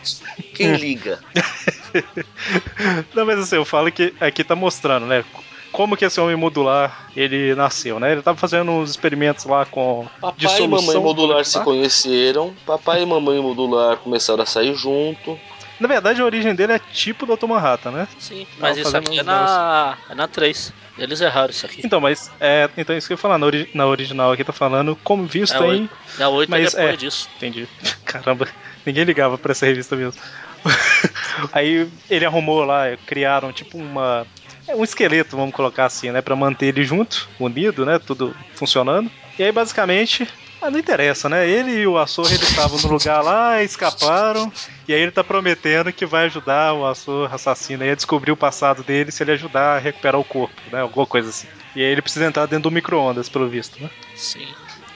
Speaker 4: Quem liga?
Speaker 2: Não, mas assim, eu falo que aqui tá mostrando, né? Como que esse homem modular ele nasceu, né? Ele tava fazendo uns experimentos lá com dissolução
Speaker 4: Ah.
Speaker 2: molecular.
Speaker 4: conheceram. Papai e mamãe modular começaram a sair junto.
Speaker 2: Na verdade, a origem dele é tipo do Dr. Manhattan, né?
Speaker 3: Sim, mas
Speaker 2: Não,
Speaker 3: isso
Speaker 2: fazendo
Speaker 3: aqui é
Speaker 2: uns
Speaker 3: na, é na 3. Eles erraram isso aqui.
Speaker 2: Então, mas é, então isso que eu ia falar, na, ori- na original aqui tá falando como visto
Speaker 3: É,
Speaker 2: em.
Speaker 3: oito. Na 8 é
Speaker 2: Mas,
Speaker 3: depois
Speaker 2: é.
Speaker 3: disso.
Speaker 2: Entendi. Caramba, ninguém ligava pra essa revista mesmo. Aí ele arrumou lá, criaram tipo uma. é Um esqueleto, vamos colocar assim, né? Pra manter ele junto, unido, né? Tudo funcionando. E aí, basicamente, ah, não interessa, né? Ele e o Açor, eles estavam no lugar lá, escaparam. E aí ele tá prometendo que vai ajudar o Açor assassino aí a descobrir o passado dele se ele ajudar a recuperar o corpo, né? Alguma coisa assim. E aí ele precisa entrar dentro do micro-ondas, pelo visto, né?
Speaker 3: Sim.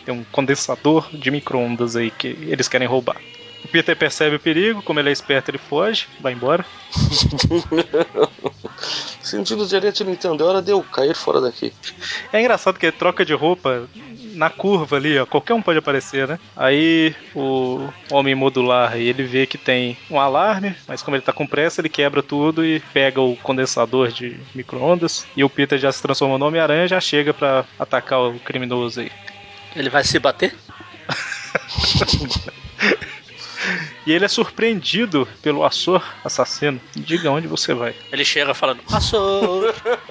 Speaker 2: Tem um condensador de micro-ondas aí que eles querem roubar. O Peter percebe o perigo, como ele é esperto, ele foge, vai embora.
Speaker 4: Sentido direito não entendeu, hora de eu cair fora daqui.
Speaker 2: É engraçado que ele troca de roupa na curva ali, ó. Qualquer um pode aparecer, né? Aí o homem modular aí, ele vê que tem um alarme, mas como ele tá com pressa, ele quebra tudo e pega o condensador de micro-ondas. E o Peter já se transformou no Homem-Aranha já chega pra atacar o criminoso aí.
Speaker 3: Ele vai se bater?
Speaker 2: E ele é surpreendido pelo Açor assassino. Diga onde você vai.
Speaker 3: Ele chega falando, passou!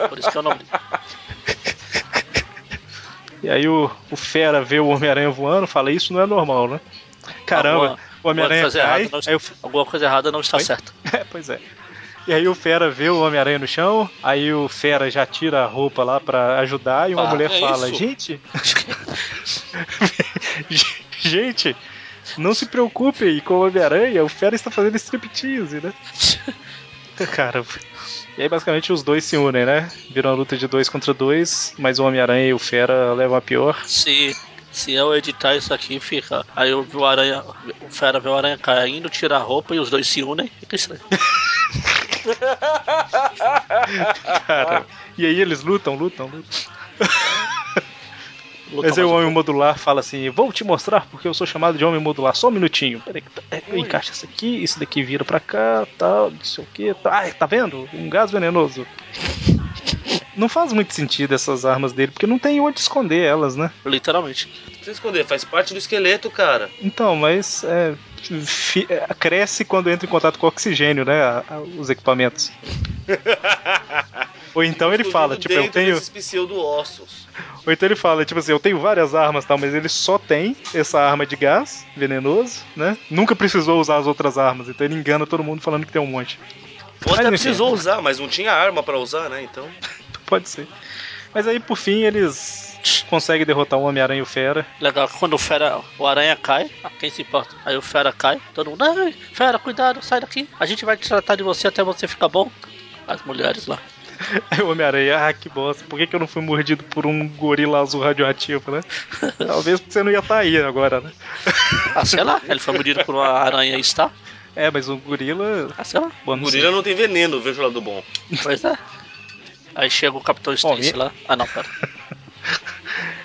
Speaker 3: Por isso que é o nome dele.
Speaker 2: E aí o, o Fera vê o Homem-Aranha voando fala, isso não é normal, né? Caramba,
Speaker 3: Alguma-
Speaker 2: o Homem-Aranha
Speaker 3: alguma coisa
Speaker 2: cai,
Speaker 3: errada, nós-
Speaker 2: aí o,
Speaker 3: Alguma coisa errada não está
Speaker 2: Oi?
Speaker 3: certa.
Speaker 2: é, pois é. E aí o Fera vê o Homem-Aranha no chão, aí o Fera já tira a roupa lá pra ajudar, e uma
Speaker 4: Ah,
Speaker 2: mulher
Speaker 4: é
Speaker 2: fala,
Speaker 4: isso?
Speaker 2: gente... gente... Não se preocupe com o Homem-Aranha, o Fera está fazendo striptease, né? Cara, e aí basicamente os dois se unem, né? Viram a luta de dois contra dois, mas o Homem-Aranha e o Fera levam a pior.
Speaker 3: Se, se eu editar isso aqui, fica. Aí eu vi o aranha. O fera vê o aranha caindo, tira a roupa e os dois se unem. Fica estranho.
Speaker 2: Cara, e aí eles lutam, lutam, lutam.
Speaker 3: Luta
Speaker 2: Mas aí o
Speaker 3: mais um
Speaker 2: homem modular fala assim: Vou te mostrar porque eu sou chamado de homem modular. Só um minutinho. Peraí, que tá- é, encaixa isso aqui, isso daqui vira pra cá, tal, não sei o que. Tá, ah, tá vendo? Um gás venenoso. Não faz muito sentido essas armas dele, porque não tem onde esconder elas, né?
Speaker 3: pouco. Literalmente.
Speaker 4: Não precisa esconder, faz parte do esqueleto, cara.
Speaker 2: Então, mas é, fi- é, cresce quando entra em contato com oxigênio, né? a- a- os equipamentos. Ou então ele
Speaker 4: Tudo
Speaker 2: fala, tipo, eu
Speaker 4: dentro
Speaker 2: tenho.
Speaker 4: Desses pseudo-ossos.
Speaker 2: Ou então ele fala, tipo assim, eu tenho várias armas tal, mas ele só tem essa arma de gás venenoso, né? Nunca precisou usar as outras armas, então ele engana todo mundo falando que tem um monte.
Speaker 4: Ou até
Speaker 2: Mas,
Speaker 4: precisou usar, mas não tinha arma pra usar, né? Então.
Speaker 2: Pode ser. Mas aí por fim eles conseguem derrotar o Homem-Aranha e o Fera.
Speaker 3: Legal que quando o fera. O aranha cai, ah, quem se importa? Aí o fera cai, todo mundo. Ai, fera, cuidado, sai daqui. A gente vai te tratar de você até você ficar bom. As mulheres lá.
Speaker 2: Aí o Homem-Aranha, ah, que bosta, por que, que eu não fui mordido por um gorila azul radioativo, né? Talvez você não ia estar aí agora, né?
Speaker 3: Ah, sei lá, ele foi mordido por uma aranha e está.
Speaker 2: É, mas o gorila.
Speaker 3: Ah, sei lá.
Speaker 2: Bom, não sei.
Speaker 4: Gorila não tem veneno, vejo lá do bom.
Speaker 3: Pois é. Aí chega o Capitão Stacy
Speaker 2: e-
Speaker 3: lá. Ah não, pera.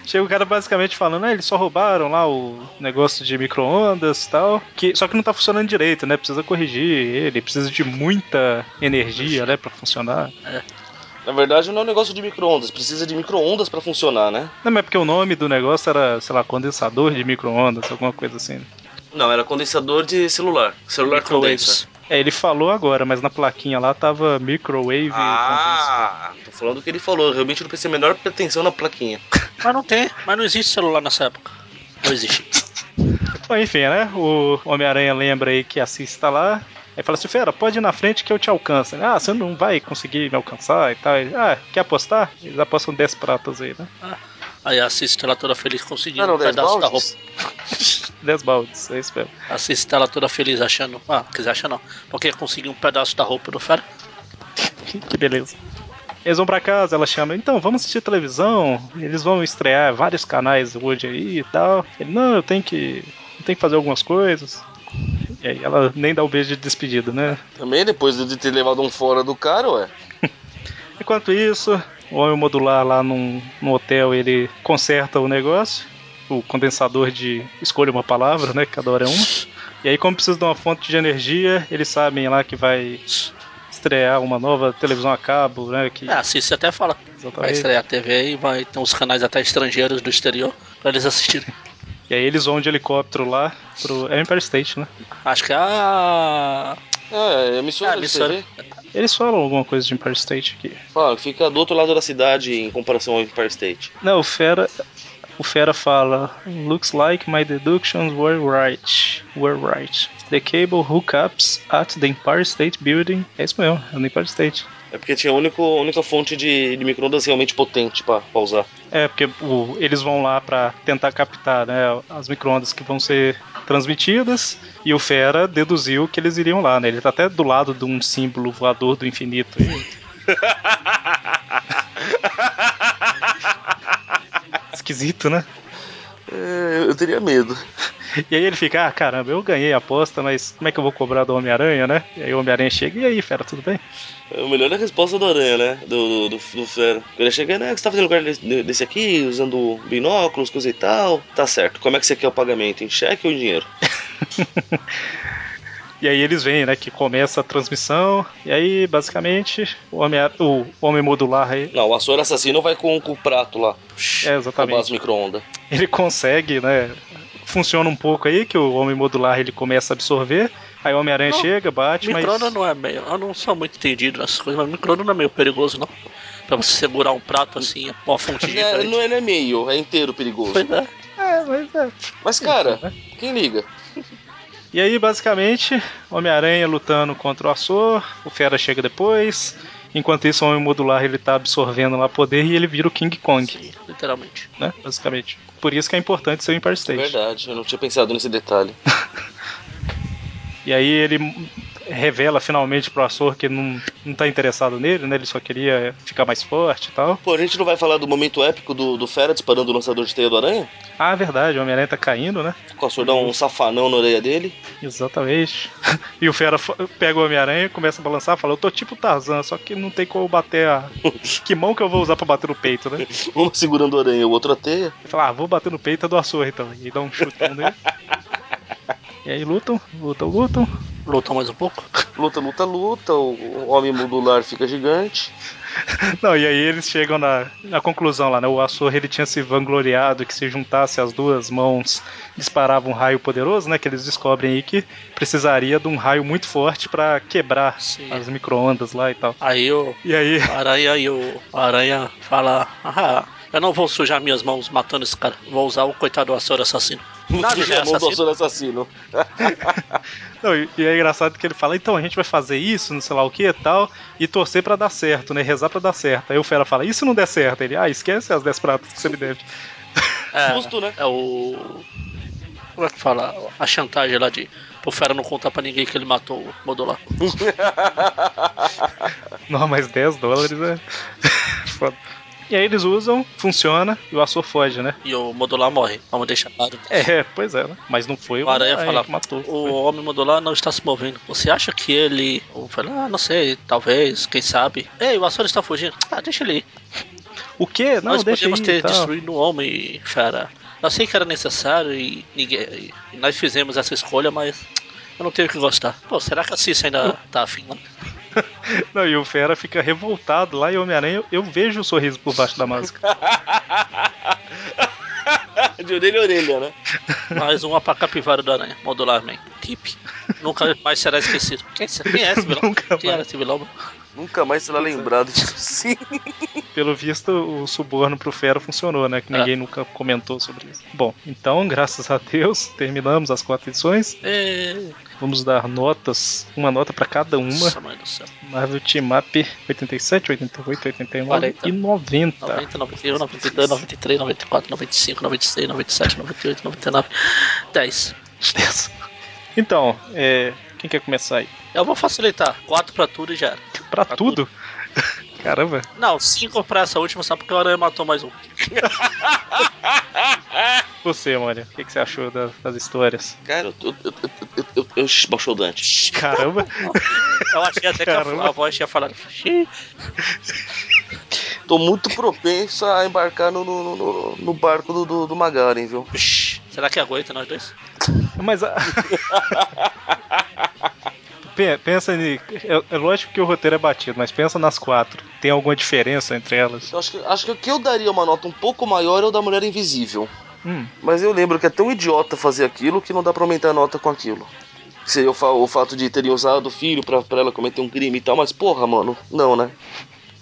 Speaker 2: Chega o cara basicamente falando, ah, eles só roubaram lá o negócio de micro-ondas e tal. Que, só que não tá funcionando direito, né? Precisa corrigir ele, precisa de muita energia, né, pra funcionar.
Speaker 4: Na verdade, não é um negócio de micro-ondas, precisa de micro-ondas pra funcionar, né?
Speaker 2: Não, mas é porque o nome do negócio era, sei lá, condensador de micro-ondas, alguma coisa assim.
Speaker 4: Não, era condensador de celular. Celular condensa.
Speaker 3: Microwaves.
Speaker 2: É, ele falou agora, mas na plaquinha lá tava microwave.
Speaker 4: Ah, tô falando o que ele falou. Realmente eu não pensei a menor atenção na plaquinha.
Speaker 3: Mas não tem, mas não existe celular nessa época. Não existe.
Speaker 2: condensador. Bom, enfim, né? O Homem-Aranha lembra aí que assista lá. Aí fala assim, Fera, pode ir na frente que eu te alcanço. Ele, ah, você não vai conseguir me alcançar e tal. Ele, ah, quer apostar? Eles apostam 10 pratas aí, né?
Speaker 3: Aí assiste ela toda feliz conseguindo um
Speaker 4: dez
Speaker 3: pedaço da roupa.
Speaker 4: Ah, baldes?
Speaker 2: 10 baldes, é isso mesmo.
Speaker 3: Assiste ela toda feliz achando. Ah, quiser achar não. Porque conseguiu um pedaço da roupa do fera.
Speaker 2: Que beleza. Eles vão pra casa, ela chama, então, vamos assistir televisão, eles vão estrear vários canais hoje aí e tal. Ele, não, eu tenho que. Eu tenho que fazer algumas coisas. E aí ela nem dá o beijo de despedida, né?
Speaker 4: Também depois de ter levado um fora do cara, ué.
Speaker 2: Enquanto isso, o homem modular lá num, num hotel, ele conserta o negócio. O condensador de escolha uma palavra, né? que Cada hora é uma. E aí, como precisa de uma fonte de energia, eles sabem lá que vai estrear uma nova televisão a cabo, né? Que
Speaker 3: É, assiste até fala. Vai
Speaker 2: Exatamente.
Speaker 3: estrear a TV e vai ter uns canais até estrangeiros do exterior pra eles assistirem.
Speaker 2: E aí eles vão de helicóptero lá pro. É o Empire State, né?
Speaker 3: Acho que é a.
Speaker 4: É,
Speaker 3: É,
Speaker 4: emissora
Speaker 3: a emissora.
Speaker 2: Eles falam alguma coisa de Empire State aqui.
Speaker 4: Fala, fica do outro lado da cidade em comparação ao Empire State.
Speaker 2: Não, o Fera. O Fera fala: Looks like my deductions were right. Were right. The cable hookups at the Empire State Building. É isso mesmo, é no Empire State.
Speaker 4: É porque tinha a única, a única fonte de, de micro-ondas realmente potente pra, pra usar.
Speaker 2: É, porque o- eles vão lá pra tentar captar né, as microondas que vão ser transmitidas. E o Fera deduziu que eles iriam lá, né? Ele tá até do lado de um símbolo voador do infinito. Esquisito, né?
Speaker 4: É, eu teria medo.
Speaker 2: E aí ele fica, ah, caramba, eu ganhei a aposta, mas como é que eu vou cobrar do Homem-Aranha, né? E aí o Homem-Aranha chega, e aí, fera, tudo bem?
Speaker 4: É, O melhor é a resposta do Aranha, né? Do, do, do, do Fera. Ele chega, né? O que você tá fazendo lugar desse, desse aqui, usando binóculos, coisa e tal. Tá certo. Como é que você quer o pagamento? Em cheque ou em dinheiro?
Speaker 2: E aí eles vêm, né, que começa a transmissão, e aí, basicamente, o Homem, o homem modular aí.
Speaker 4: Não, o açougue assassino vai com, com o prato lá.
Speaker 2: É,
Speaker 4: Roubar as
Speaker 2: exatamente.
Speaker 4: micro-ondas.
Speaker 2: Ele consegue, né? Funciona um pouco aí, que o homem modular ele começa a absorver, aí o Homem-Aranha
Speaker 3: Não,
Speaker 2: chega, bate, mas.
Speaker 3: Microno não é meio. Eu não sou muito entendido nessas coisas, mas microno não é meio perigoso, não. Pra você segurar um prato assim, com uma fonte
Speaker 4: É,
Speaker 3: gigante.
Speaker 4: não é, não é meio, é inteiro perigoso.
Speaker 3: Pois é.
Speaker 2: É, mas é.
Speaker 4: Mas, cara, quem liga?
Speaker 2: E aí, basicamente, Homem-Aranha lutando contra o Açor, o Fera chega depois. Enquanto isso, o Homem Modular ele tá absorvendo lá poder e ele vira o King Kong,
Speaker 3: Sim, literalmente.
Speaker 2: né? Basicamente. Por isso que é importante ser o Empire State.
Speaker 4: Verdade, eu não tinha pensado nesse detalhe.
Speaker 2: E aí ele revela finalmente pro Açor que não, não tá interessado nele, né? Ele só queria ficar mais forte e tal.
Speaker 4: Pô, a gente não vai falar do momento épico do, do Fera disparando o lançador de teia do aranha?
Speaker 2: Ah, verdade, o Homem-Aranha tá caindo, né?
Speaker 4: Com a dá um safanão na orelha dele?
Speaker 2: Exatamente. E o Fera fa- pega o Homem-Aranha, começa a balançar, fala: Eu tô tipo Tarzan, só que não tem como bater a. que mão que eu vou usar pra bater no peito, né? Ele
Speaker 4: Uma segurando a aranha, o outro a teia.
Speaker 2: fala: Ah, vou bater no peito é do Açor então. E dá um chutão nele. E aí lutam, lutam, lutam.
Speaker 3: Lutou mais um pouco.
Speaker 4: Luta, luta, luta. O o homem modular fica gigante.
Speaker 2: Não, e aí eles chegam na, na conclusão lá, né? O Açor ele tinha se vangloriado que se juntasse as duas mãos disparava um raio poderoso, né? Que eles descobrem aí que precisaria de um raio muito forte pra quebrar
Speaker 3: Sim.
Speaker 2: as microondas lá e tal.
Speaker 3: Aí o
Speaker 2: E aí,
Speaker 3: Aranha e o Aranha fala. Ah, eu não vou sujar minhas mãos matando esse cara. Vou usar o coitado do Açor assassino. Nada já é
Speaker 4: a mão do
Speaker 3: assassino.
Speaker 4: açougue assassino.
Speaker 2: Não, e e é engraçado que ele fala, então a gente vai fazer isso, não sei lá o que e tal, e torcer pra dar certo, né? Rezar pra dar certo. Aí o Fera fala, e se não der certo? Ele, ah, esquece as 10 pratas que você me deve.
Speaker 3: É,
Speaker 4: Susto, né?
Speaker 3: É o. Como é que fala? A chantagem lá de. O Fera não contar pra ninguém que ele matou o modular.
Speaker 2: Não, mas 10 dólares é. Foda. E aí eles usam, funciona, e o Açor foge, né?
Speaker 3: E o modular morre. Vamos deixar claro.
Speaker 2: É, pois é, né? Mas não foi
Speaker 3: O Aranha fala,
Speaker 2: que matou.
Speaker 3: o homem modular não está se movendo. Você acha que ele... Eu falei, ah, não sei, talvez, quem sabe. Ei, o Açor está fugindo. Ah, deixa ele ir.
Speaker 2: O quê? Não,
Speaker 3: Nós
Speaker 2: deixa
Speaker 3: podíamos
Speaker 2: aí, tá.
Speaker 3: ter
Speaker 2: e tal.
Speaker 3: destruído o homem, fera. Eu sei que era necessário e, ninguém, e nós fizemos essa escolha, mas eu não tenho o que gostar. Pô, será que a Cissa ainda tá afim? né?
Speaker 2: Não, e o Fera fica revoltado lá, e o Homem-Aranha, eu vejo o sorriso por baixo da máscara.
Speaker 4: De orelha a orelha, né?
Speaker 3: Mais uma pra capivara do aranha, modular man. Tip. Nunca mais será esquecido. Quem, quem é esse vilão?
Speaker 2: Nunca
Speaker 3: quem era esse vilão?
Speaker 4: Nunca mais será lembrado disso. Sim.
Speaker 2: Pelo visto, o suborno pro Fera funcionou, né? Que
Speaker 3: É.
Speaker 2: ninguém nunca comentou sobre isso. Bom, então, graças a Deus, terminamos as quatro edições.
Speaker 3: Ei,
Speaker 2: Vamos dar notas, uma nota pra cada uma.
Speaker 3: Nossa, mãe do céu.
Speaker 2: Marvel Team Up 87, 88, 89
Speaker 3: Quarenta.
Speaker 2: e 90.
Speaker 3: 90, 91, 92, 93, 94, 95, 96, 97, 98, 99, 10.
Speaker 2: Dez. Então, é, quem quer começar aí?
Speaker 3: Eu vou facilitar. 4 pra tudo e já era.
Speaker 2: Pra
Speaker 3: Pra
Speaker 2: tudo? Caramba.
Speaker 3: Não, 5 pra essa última só porque o Aranha matou mais um.
Speaker 2: Você, Mônia, o que, que você achou da- das histórias?
Speaker 4: Cara, eu. Eu. Eu. eu, eu, eu shh, baixou o Dante.
Speaker 2: Caramba.
Speaker 3: Eu achei até que a,
Speaker 2: Caramba.
Speaker 3: a voz tinha falado. "Xiii".
Speaker 4: Tô muito propenso a embarcar no, no, no- no- no barco do, do, do Magaren, viu?
Speaker 3: Ush, Será que aguenta nós dois?
Speaker 2: Mas a... Pe- Pensa em. É é lógico que o roteiro é batido, mas pensa nas quatro. Tem alguma diferença entre elas?
Speaker 4: Eu acho que, acho que o que eu daria uma nota um pouco maior é o da Mulher Invisível.
Speaker 2: Hum,
Speaker 4: Mas eu lembro que é tão idiota fazer aquilo que não dá pra aumentar a nota com aquilo. que seria o, fa- o fato de terem usado o filho pra, pra ela cometer um crime e tal, mas porra, mano, não, né?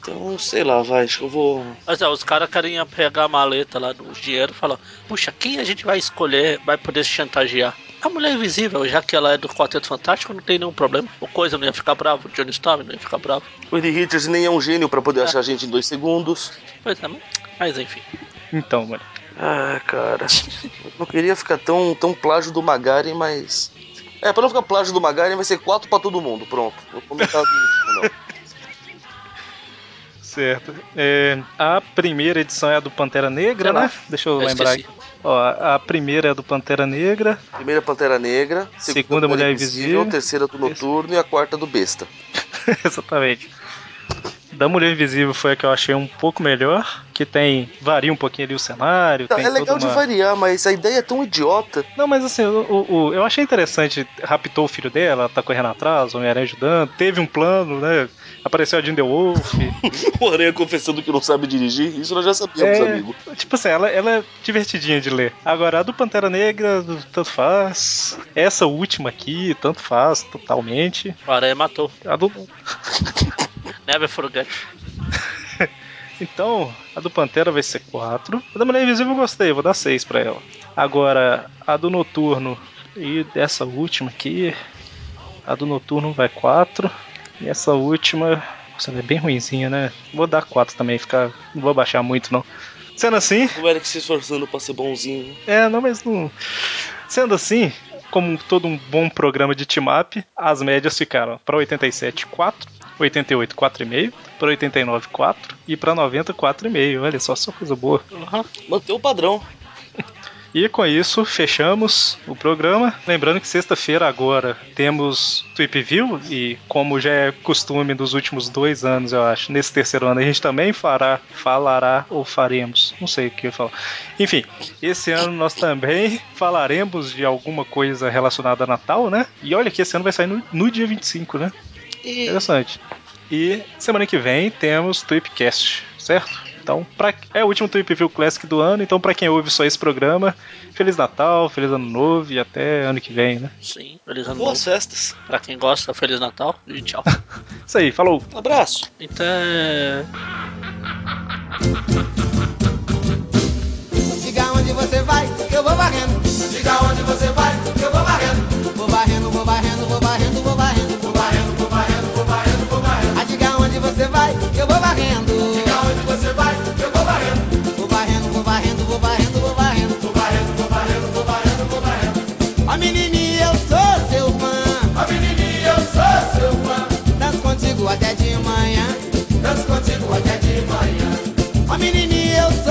Speaker 4: Então, sei lá, vai, acho que eu vou.
Speaker 3: Mas é, os caras querem pegar a maleta lá do dinheiro e falar: puxa, quem a gente vai escolher vai poder se chantagear? A mulher invisível, já que ela é do Quarteto Fantástico, não tem nenhum problema. O Coisa não ia ficar bravo, o Johnny Storm não ia ficar bravo.
Speaker 4: O Eddie Richards nem é um gênio pra poder achar a gente em dois segundos.
Speaker 3: Pois é, mas enfim.
Speaker 2: Então, mano.
Speaker 4: Ah, cara. Eu não queria ficar tão, tão plágio do Magari, mas. É, pra não ficar plágio do Magari, vai ser quatro pra todo mundo. Pronto. Não vou comentar do último, não.
Speaker 2: Certo. É, a primeira edição é a do Pantera Negra,
Speaker 3: Sei lá.
Speaker 2: né? Deixa eu
Speaker 3: Eu
Speaker 2: lembrar
Speaker 3: esqueci.
Speaker 2: aqui. Ó, a a primeira é a do Pantera Negra.
Speaker 4: Primeira Pantera Negra,
Speaker 2: Segunda Mulher Invisível,
Speaker 4: terceira do Noturno e a quarta do Besta.
Speaker 2: Exatamente. Da Mulher Invisível foi a que eu achei um pouco melhor, que tem. varia um pouquinho ali o cenário.
Speaker 4: Então,
Speaker 2: tem
Speaker 4: é legal
Speaker 2: toda
Speaker 4: de
Speaker 2: uma-
Speaker 4: variar, mas a ideia é tão idiota.
Speaker 2: Não, mas assim, o, o- o- eu achei interessante. Raptou o filho dela, tá correndo atrás, o Homem-Aranha ajudando. Teve um plano, né? Apareceu a Jim The Wolf.
Speaker 4: O Aranha confessando que não sabe dirigir, isso nós já sabíamos,
Speaker 2: É,
Speaker 4: amigo.
Speaker 2: tipo assim, ela, ela é divertidinha de ler. Agora, a do Pantera Negra, do- tanto faz. Essa última aqui, tanto faz, totalmente.
Speaker 3: O Aranha matou.
Speaker 2: A do,
Speaker 3: Never forget.
Speaker 2: então, a do Pantera vai ser 4. A da Mulher Invisível eu gostei, vou dar 6 pra ela. Agora, a do Noturno e dessa última aqui. A do Noturno vai 4. E essa última. Nossa, ela é bem ruinzinha, né? Vou dar 4 também, ficar. Não vou baixar muito, não. Sendo assim,
Speaker 4: O Eric se esforçando pra ser bonzinho.
Speaker 2: É, não, mas não. Sendo assim, como todo um bom programa de team up, as médias ficaram para 87, 4, 88, 4,5, para 89, 4 e para 90, 4,5. Olha só, só coisa boa.
Speaker 4: Manter o padrão.
Speaker 2: E com isso, fechamos o programa. Lembrando que sexta-feira agora temos Tweep View e como já é costume dos últimos dois anos, eu acho, nesse terceiro ano a gente também fará, falará ou faremos, não sei o que eu ia falar. Enfim, esse ano nós também falaremos de alguma coisa relacionada a Natal, né? E olha que esse ano vai sair no, no dia 25, né?
Speaker 3: E
Speaker 2: Interessante. E semana que vem temos Tweepcast, certo? Então, pra... é o último Tweep View Classic do ano, então pra quem ouve só esse programa, Feliz Natal, Feliz Ano Novo e até ano que vem, né?
Speaker 3: sim, feliz ano novo.
Speaker 4: Boas festas.
Speaker 3: Pra quem gosta, feliz Natal e tchau. Então,
Speaker 2: Isso aí, falou!
Speaker 4: Abraço.
Speaker 3: Até.
Speaker 1: Diga onde você vai, que eu vou varrendo. Diga onde você vai, que eu vou varrendo. Vou varrendo, vou varrendo, vou varrendo, vou varrendo. Vou varrendo, vou varrendo, vou varrendo, vou varrendo. Ah, diga onde você vai, que eu vou varrendo. Diga onde você vai, que eu vou varrendo. Vou varrendo, vou varrendo, vou varrendo, vou varrendo. Vou varrendo, vou varrendo, vou varrendo, vou varrendo. Ó menininha, eu sou seu fã. Ó menininha, eu sou seu fã. Danço contigo até de manhã. Danço contigo até de manhã. Ó menininha, é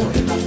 Speaker 1: é é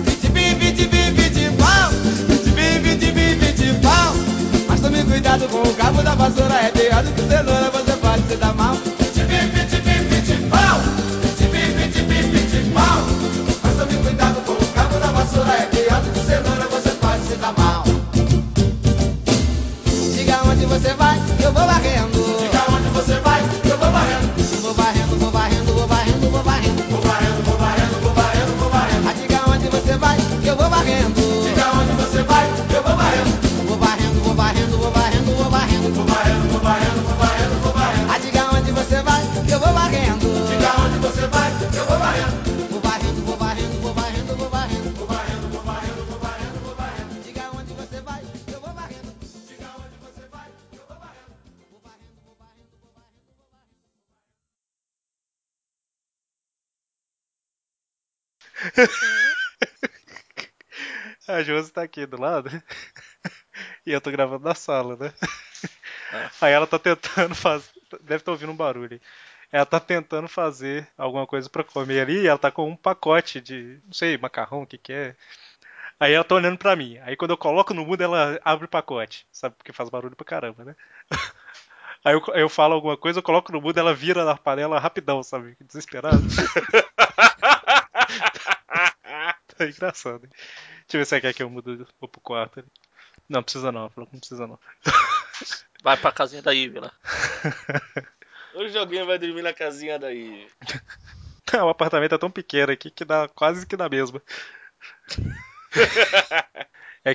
Speaker 1: Ah, Ah,
Speaker 2: A Josi tá aqui do lado. E eu tô gravando na sala, né? Aí ela tá tentando fazer. Deve estar ouvindo um barulho. aí. Ela tá tentando fazer alguma coisa pra comer ali. E ela tá com um pacote de. Não sei, macarrão, o que que é. Aí ela tá olhando pra mim. Aí quando eu coloco no mudo, ela abre o pacote. Sabe? Porque faz barulho pra caramba, né? Aí eu, eu falo alguma coisa, eu coloco no mudo, ela vira na panela rapidão, sabe? Desesperado. tá engraçado. hein? Deixa eu ver se é quer que eu mudo vou pro quarto. Não, precisa não. Ela falou que não precisa não.
Speaker 3: Vai pra casinha da Ivy lá.
Speaker 4: Hoje alguém vai dormir na casinha daí.
Speaker 2: o apartamento é tão pequeno aqui que dá quase que dá mesma.